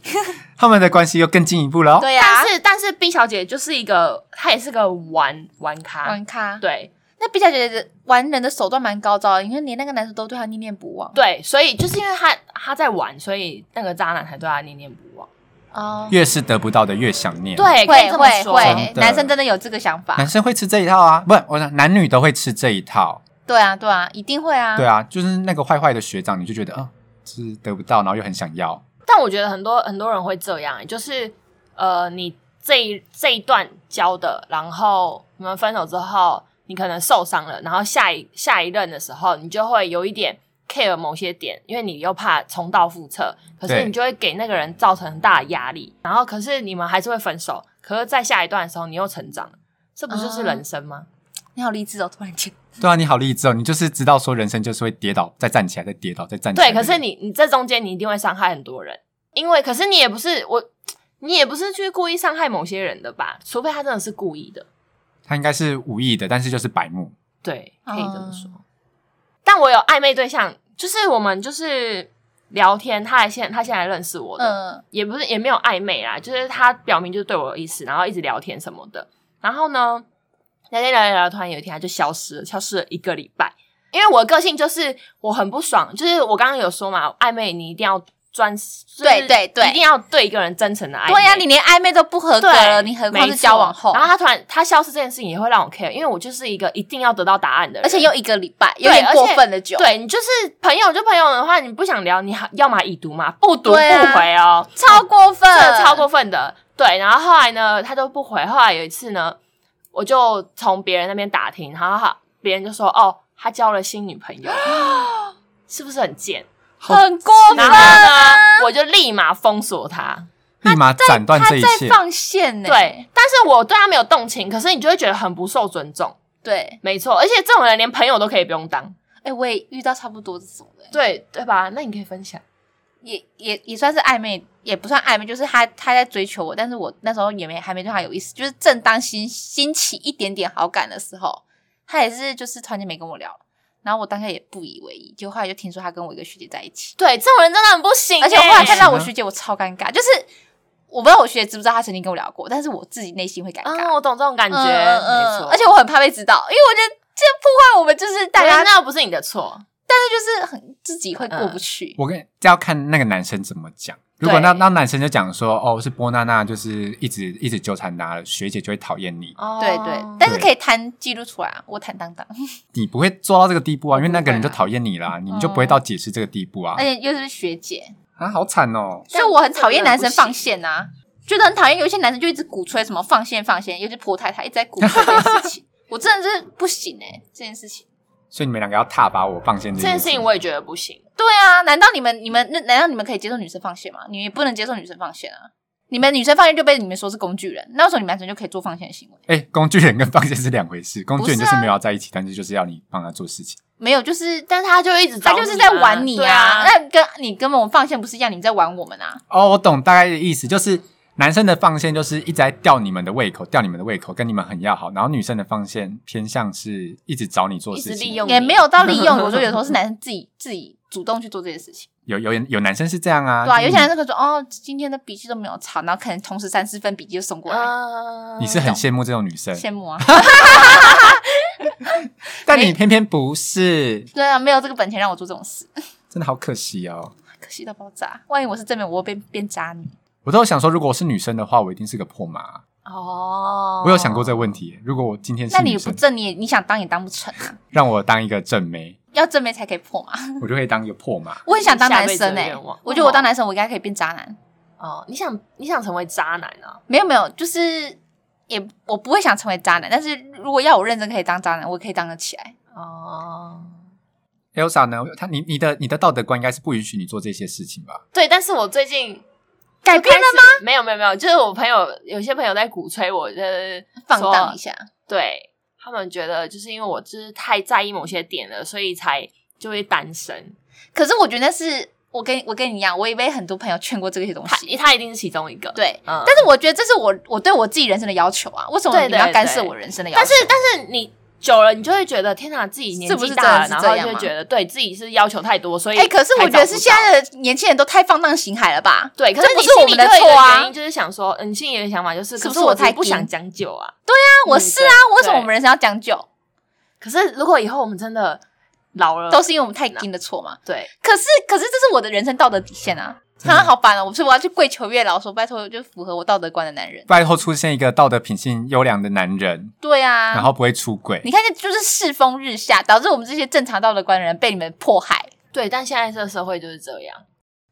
[SPEAKER 2] 她们的关系又更进一步了哦。
[SPEAKER 1] 对呀
[SPEAKER 3] 但，是但是 B 小姐就是一个，她也是个玩玩咖，
[SPEAKER 1] 玩咖，
[SPEAKER 3] 对，
[SPEAKER 1] 那 B 小姐的玩人的手段蛮高招的，因为连那个男生都对她念念不忘，
[SPEAKER 3] 对，所以就是因为他他在玩，所以那个渣男才对他念念不忘。
[SPEAKER 1] 哦，
[SPEAKER 2] 越是得不到的越想念。，
[SPEAKER 3] 对，啊可以
[SPEAKER 1] 会
[SPEAKER 3] 这么
[SPEAKER 1] 会
[SPEAKER 3] 说。
[SPEAKER 1] 会
[SPEAKER 2] 真，的嗯
[SPEAKER 1] 男生真的有这个想法
[SPEAKER 2] 男，生会吃这一套啊，不是，我男女都会吃这一套。
[SPEAKER 1] 对啊对啊，一定会啊，
[SPEAKER 2] 对啊，就是那个坏坏的学长，你就觉得啊、就是得不到，然后又很想要。
[SPEAKER 3] 但我觉得很多很多人会这样，欸就是呃，你这一这一段交的，然后你们分手之后，你可能受伤了，然后下一下一任的时候，你就会有一点 care 某些点，因为你又怕重蹈覆辙，可是
[SPEAKER 2] 对
[SPEAKER 3] 你就会给那个人造成很大的压力。然后可是你们还是会分手，可是在下一段的时候你又成长了，这不就
[SPEAKER 1] 嗯
[SPEAKER 3] 是人生吗？
[SPEAKER 1] 你好励志哦，突然间，
[SPEAKER 2] 对啊，你好励志哦，你就是知道说人生就是会跌倒，再站起来，再跌倒，再站起来。
[SPEAKER 3] *laughs* 对，可是你你这中间你一定会伤害很多人，因为可是你也不是我，你也不是去故意伤害某些人的吧？除非他真的是故意的，
[SPEAKER 2] 他应该是无意的，但是就是白目。
[SPEAKER 3] 对，可以这么说。
[SPEAKER 1] 嗯
[SPEAKER 3] 但我有暧昧对象，就是我们就是聊天，他还现他现在认识我的，
[SPEAKER 1] 嗯
[SPEAKER 3] 也不是也没有暧昧啦，就是他表明就是对我有意思，然后一直聊天什么的。然后呢，聊天聊天聊天，突然有一天他就消失了，消失了一个礼拜。因为我的个性就是我很不爽，就是我刚刚有说嘛，暧昧你一定要专，就是
[SPEAKER 1] 对对对
[SPEAKER 3] 一定要对一个人真诚的暧昧。
[SPEAKER 1] 对啊呀，你连暧昧都不合格了，
[SPEAKER 3] 对
[SPEAKER 1] 你何况
[SPEAKER 3] 没
[SPEAKER 1] 是
[SPEAKER 3] 错
[SPEAKER 1] 交往后
[SPEAKER 3] 然，后他突然他消失这件事情也会让我 care，因为我就是一个一定要得到答案的人，
[SPEAKER 1] 而且又一个礼拜，有
[SPEAKER 3] 对
[SPEAKER 1] 点
[SPEAKER 3] 而且
[SPEAKER 1] 过分的久，
[SPEAKER 3] 对你就是朋友就朋友的话，你不想聊，你还要么已读嘛，不读不
[SPEAKER 1] 对啊
[SPEAKER 3] 回哦，
[SPEAKER 1] 超过分
[SPEAKER 3] 这，超过分的。对，然后后来呢，他都不回。后来有一次呢，我就从别人那边打听，然后他别人就说：“哦，他交了新女朋
[SPEAKER 1] *gasps*
[SPEAKER 3] 友，是不是很贱
[SPEAKER 1] 很过？”分
[SPEAKER 3] 然后
[SPEAKER 1] 啊
[SPEAKER 3] 呢，我就立马封锁他。
[SPEAKER 2] 立马斩断
[SPEAKER 1] 他
[SPEAKER 2] 这一
[SPEAKER 1] 在
[SPEAKER 2] 切。
[SPEAKER 1] 放线呢、
[SPEAKER 3] 对，但是我对他没有动情，可是你就会觉得很不受尊重。
[SPEAKER 1] 对，
[SPEAKER 3] 没错，而且这种人连朋友都可以不用当，
[SPEAKER 1] 哎、我也遇到差不多这种的，
[SPEAKER 3] 对对吧？那你可以分享，
[SPEAKER 1] 也也也算是暧昧，也不算暧昧，就是他他在追求我，但是我那时候也没还没对他有意思，就是正当兴兴起一点点好感的时候，他也是就是突然间没跟我聊了，然后我当下也不以为意，就后来就听说他跟我一个学姐在一起，
[SPEAKER 3] 对，这种人真的很不行、欸
[SPEAKER 1] 而且我后来看到我
[SPEAKER 2] 是吗
[SPEAKER 1] 学姐，我超尴尬，就是我不知道我学姐知不知道她曾经跟我聊过，但是我自己内心会尴尬，
[SPEAKER 3] 嗯，我懂这种感觉，
[SPEAKER 1] 嗯嗯
[SPEAKER 3] 没错。
[SPEAKER 1] 而且我很怕被知道，因为我觉得这破坏我们就是大
[SPEAKER 3] 大
[SPEAKER 1] 家
[SPEAKER 3] 家那不是你的错，
[SPEAKER 1] 就是很自己会过不去。
[SPEAKER 2] 我跟这要看那个男生怎么讲。如果
[SPEAKER 3] 对
[SPEAKER 2] 那那男生就讲说，哦，是波娜娜，就是一直一直纠缠他，学姐就会讨厌你，
[SPEAKER 3] 哦
[SPEAKER 1] 对对，但是可以摊记录出来啊，我坦荡荡，
[SPEAKER 2] 你不会做到这个地步啊，因为那个人
[SPEAKER 3] 不
[SPEAKER 2] 就
[SPEAKER 3] 会啊嗯
[SPEAKER 2] 讨厌你啦，你们就不会到解释这个地步啊
[SPEAKER 1] 而。且又是学姐，
[SPEAKER 2] 啊，好惨哦！
[SPEAKER 1] 所
[SPEAKER 3] 但
[SPEAKER 1] 以我很讨厌
[SPEAKER 3] 这个
[SPEAKER 1] 男
[SPEAKER 3] 人不
[SPEAKER 1] 生放线啊，觉得很讨厌有一些男生就一直鼓吹什么放线放线，尤其婆太太一直在鼓吹这件 *laughs* 事情，我真的是不行哎、这件事情。
[SPEAKER 2] 所以你们两个要踏把我放线
[SPEAKER 3] 这
[SPEAKER 2] 这
[SPEAKER 3] 件
[SPEAKER 2] 件
[SPEAKER 3] 事情我也觉得不行。
[SPEAKER 1] 对啊，难道你们你们那难道你们可以接受女生放线吗？你们也不能接受女生放线啊。你们女生放线就被你们说是工具人，那为什么你们男生就可以做放线的行为？
[SPEAKER 2] 哎、工具人跟放线是两回事，工具人
[SPEAKER 1] 不
[SPEAKER 2] 就
[SPEAKER 1] 啊
[SPEAKER 2] 是是没有要在一起，但是就是要你帮他做事情。
[SPEAKER 1] 没有，就是
[SPEAKER 3] 但是他就一直找
[SPEAKER 1] 他
[SPEAKER 3] 你啊，
[SPEAKER 1] 就是在玩你
[SPEAKER 3] 对
[SPEAKER 1] 啊，
[SPEAKER 3] 啊，
[SPEAKER 1] 那跟你跟我们放线不是一样？你们在玩我们啊？
[SPEAKER 2] 哦，我懂大概的意思，就是男生的放线就是一直在吊你们的胃口，吊你们的胃口，跟你们很要好，然后女生的放线偏向是一直找你做
[SPEAKER 3] 一直
[SPEAKER 2] 事情，
[SPEAKER 3] 利用你
[SPEAKER 1] 也没有到利用，我说有时 *laughs* 候是男生自己自己主动去做这件事情，
[SPEAKER 2] 有有有男生是这样啊，
[SPEAKER 1] 对吧、
[SPEAKER 2] 就
[SPEAKER 1] 有
[SPEAKER 2] 是
[SPEAKER 1] 些男生可能说哦，今天的笔记都没有抄，然后可能同时三四份笔记就送过来，
[SPEAKER 3] 嗯
[SPEAKER 2] 你是很羡慕这种女生，
[SPEAKER 1] 羡慕啊！
[SPEAKER 2] 但
[SPEAKER 1] 哎
[SPEAKER 2] 你偏偏不是，
[SPEAKER 1] 对啊，没有这个本钱让我做这种事，
[SPEAKER 2] 真的好可惜哦。
[SPEAKER 1] 可惜到爆炸。万一我是正面，我会变变渣女。
[SPEAKER 2] 我都有想说，如果我是女生的话，我一定是个破马。
[SPEAKER 3] 哦，
[SPEAKER 2] 我有想过这个问题，如果我今天
[SPEAKER 1] 那
[SPEAKER 2] 是
[SPEAKER 1] 你
[SPEAKER 2] 女
[SPEAKER 1] 不
[SPEAKER 2] 生，
[SPEAKER 1] 正，你也你想当也当不成啊，
[SPEAKER 2] 让我当一个正妹，
[SPEAKER 1] 要正面才可以破嘛。
[SPEAKER 2] 我就可以当一个破马。
[SPEAKER 1] 我很想当男
[SPEAKER 3] 下辈子
[SPEAKER 1] 生
[SPEAKER 3] 的
[SPEAKER 1] 哎、
[SPEAKER 3] 愿望
[SPEAKER 1] 我觉得我当男生，我应该可以变渣男。
[SPEAKER 3] 哦，你想你想成为渣男啊？
[SPEAKER 1] 没有没有，就是也我不会想成为渣男，但是如果要我认真可以当渣男，我可以当得起来。
[SPEAKER 3] 哦，
[SPEAKER 2] Elsa 呢？他你你的你的道德观应该是不允许你做这些事情吧？
[SPEAKER 3] 对，但是我最近
[SPEAKER 1] 改变了吗？
[SPEAKER 3] 没有没有没有，就是我朋友有些朋友在鼓吹我，就是
[SPEAKER 1] 放
[SPEAKER 3] 说
[SPEAKER 1] 荡一下，
[SPEAKER 3] 对他们觉得就是因为我就是太在意某些点了，所以才就会单身。
[SPEAKER 1] 可是我觉得那是我跟我跟你一样，我也被很多朋友劝过这些东
[SPEAKER 3] 他
[SPEAKER 1] 西。
[SPEAKER 3] 他一定是其中一个。，
[SPEAKER 1] 对，
[SPEAKER 3] 嗯
[SPEAKER 1] 但是我觉得这是我我对我自己人生的要求啊，为什么
[SPEAKER 3] 对
[SPEAKER 1] 你们要
[SPEAKER 3] 对
[SPEAKER 1] 干涉
[SPEAKER 3] 对
[SPEAKER 1] 我人生的要求？
[SPEAKER 3] 但是但是你久了，你就会觉得天哪，自己年
[SPEAKER 1] 是不
[SPEAKER 3] 纪
[SPEAKER 1] 是
[SPEAKER 3] 大了，
[SPEAKER 1] 真的
[SPEAKER 3] 然
[SPEAKER 1] 是这
[SPEAKER 3] 后
[SPEAKER 1] 样
[SPEAKER 3] 就会
[SPEAKER 1] 吗
[SPEAKER 3] 觉得对自己是要求太多，所以
[SPEAKER 1] 哎、可是
[SPEAKER 3] 才
[SPEAKER 1] 我觉得
[SPEAKER 3] 找
[SPEAKER 1] 是
[SPEAKER 3] 不
[SPEAKER 1] 现
[SPEAKER 3] 到
[SPEAKER 1] 在的年轻人都太放荡形骸了吧？
[SPEAKER 3] 对，可
[SPEAKER 1] 这
[SPEAKER 3] 是
[SPEAKER 1] 不
[SPEAKER 3] 你
[SPEAKER 1] 是我
[SPEAKER 3] 心里
[SPEAKER 1] 们的
[SPEAKER 3] 就有一个
[SPEAKER 1] 错啊
[SPEAKER 3] 原因就是想说，嗯，你心里的想法就是，
[SPEAKER 1] 是不
[SPEAKER 3] 可
[SPEAKER 1] 是
[SPEAKER 3] 是
[SPEAKER 1] 我
[SPEAKER 3] 我自己
[SPEAKER 1] 太
[SPEAKER 3] 不想
[SPEAKER 1] 硬
[SPEAKER 3] 将就啊？
[SPEAKER 1] 那我
[SPEAKER 3] 嗯
[SPEAKER 1] 是
[SPEAKER 3] 对
[SPEAKER 1] 啊，为什么
[SPEAKER 3] 对
[SPEAKER 1] 我们人生要将就？
[SPEAKER 3] 可是如果以后我们真的老了，
[SPEAKER 1] 都是因为我们太硬的错嘛？
[SPEAKER 3] 对，
[SPEAKER 1] 可是，可是这是我的人生道德底线啊！常常好烦哦，我是我要去跪求月老说，拜托，就符合我道德观的男人。
[SPEAKER 2] 拜托出现一个道德品性优良的男人，
[SPEAKER 1] 对啊，
[SPEAKER 2] 然后不会出轨。
[SPEAKER 1] 你看，这就是世风日下，导致我们这些正常道德观的人被你们迫害，
[SPEAKER 3] 对，但现在这个社会就是这样。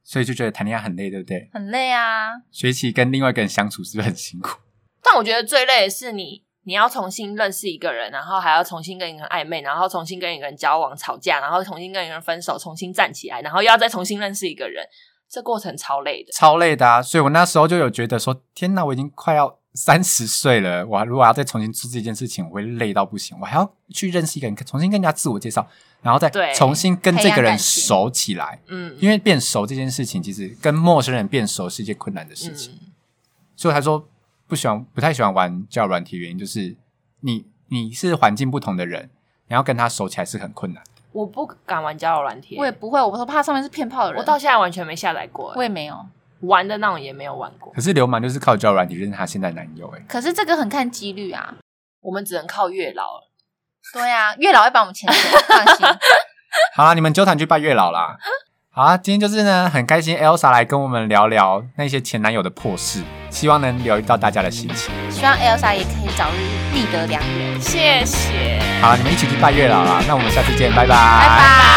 [SPEAKER 2] 所以就觉得谈恋爱很累，对不对？
[SPEAKER 1] 很累啊。
[SPEAKER 2] 学习跟另外一个人相处是不是很辛苦？
[SPEAKER 3] 但我觉得最累的是你，你要重新认识一个人，然后还要重新跟一个人暧昧，然后重新跟一个人交往、吵架，然后重新跟一个人分手，重新站起来，然后又要再重新认识一个人，这过程超累的。
[SPEAKER 2] 超累的啊！所以我那时候就有觉得说，天哪，我已经快要三十岁了，我如果要再重新做这件事情，我会累到不行，我还要去认识一个人，重新跟人家自我介绍，然后再
[SPEAKER 3] 对
[SPEAKER 2] 重新跟这
[SPEAKER 1] 培
[SPEAKER 2] 个
[SPEAKER 1] 养
[SPEAKER 2] 人
[SPEAKER 1] 感情
[SPEAKER 2] 熟起来。
[SPEAKER 3] 嗯
[SPEAKER 2] 因为变熟这件事情，其实跟陌生人变熟是一件困难的事情。
[SPEAKER 3] 嗯，
[SPEAKER 2] 所以他说不喜欢、不太喜欢玩交友软体，原因就是你你是环境不同的人，你要跟他熟起来是很困难。
[SPEAKER 3] 我不敢玩交友软体，
[SPEAKER 1] 我也不会，我都怕上面是骗炮的人。
[SPEAKER 3] 我到现在完全没下载过，
[SPEAKER 1] 我也没有。
[SPEAKER 3] 玩的那种也没有玩过，
[SPEAKER 2] 可是流氓就是靠交友软体认识他现在男友、欸，
[SPEAKER 1] 可是这个很看几率啊。
[SPEAKER 3] 我们只能靠月老了。
[SPEAKER 1] 对啊，月老会帮我们牵线，放心。
[SPEAKER 2] 好啦，你们纠缠去拜月老啦。好啊，今天就是呢，很开心 Elsa 来跟我们聊聊那些前男友的破事，希望能疗愈到大家的心情。
[SPEAKER 1] 希望 Elsa 也可以早日觅得良缘。
[SPEAKER 3] 谢谢，
[SPEAKER 2] 好了，你们一起去拜月老啦，那我们下次见，拜拜，拜
[SPEAKER 1] 拜拜。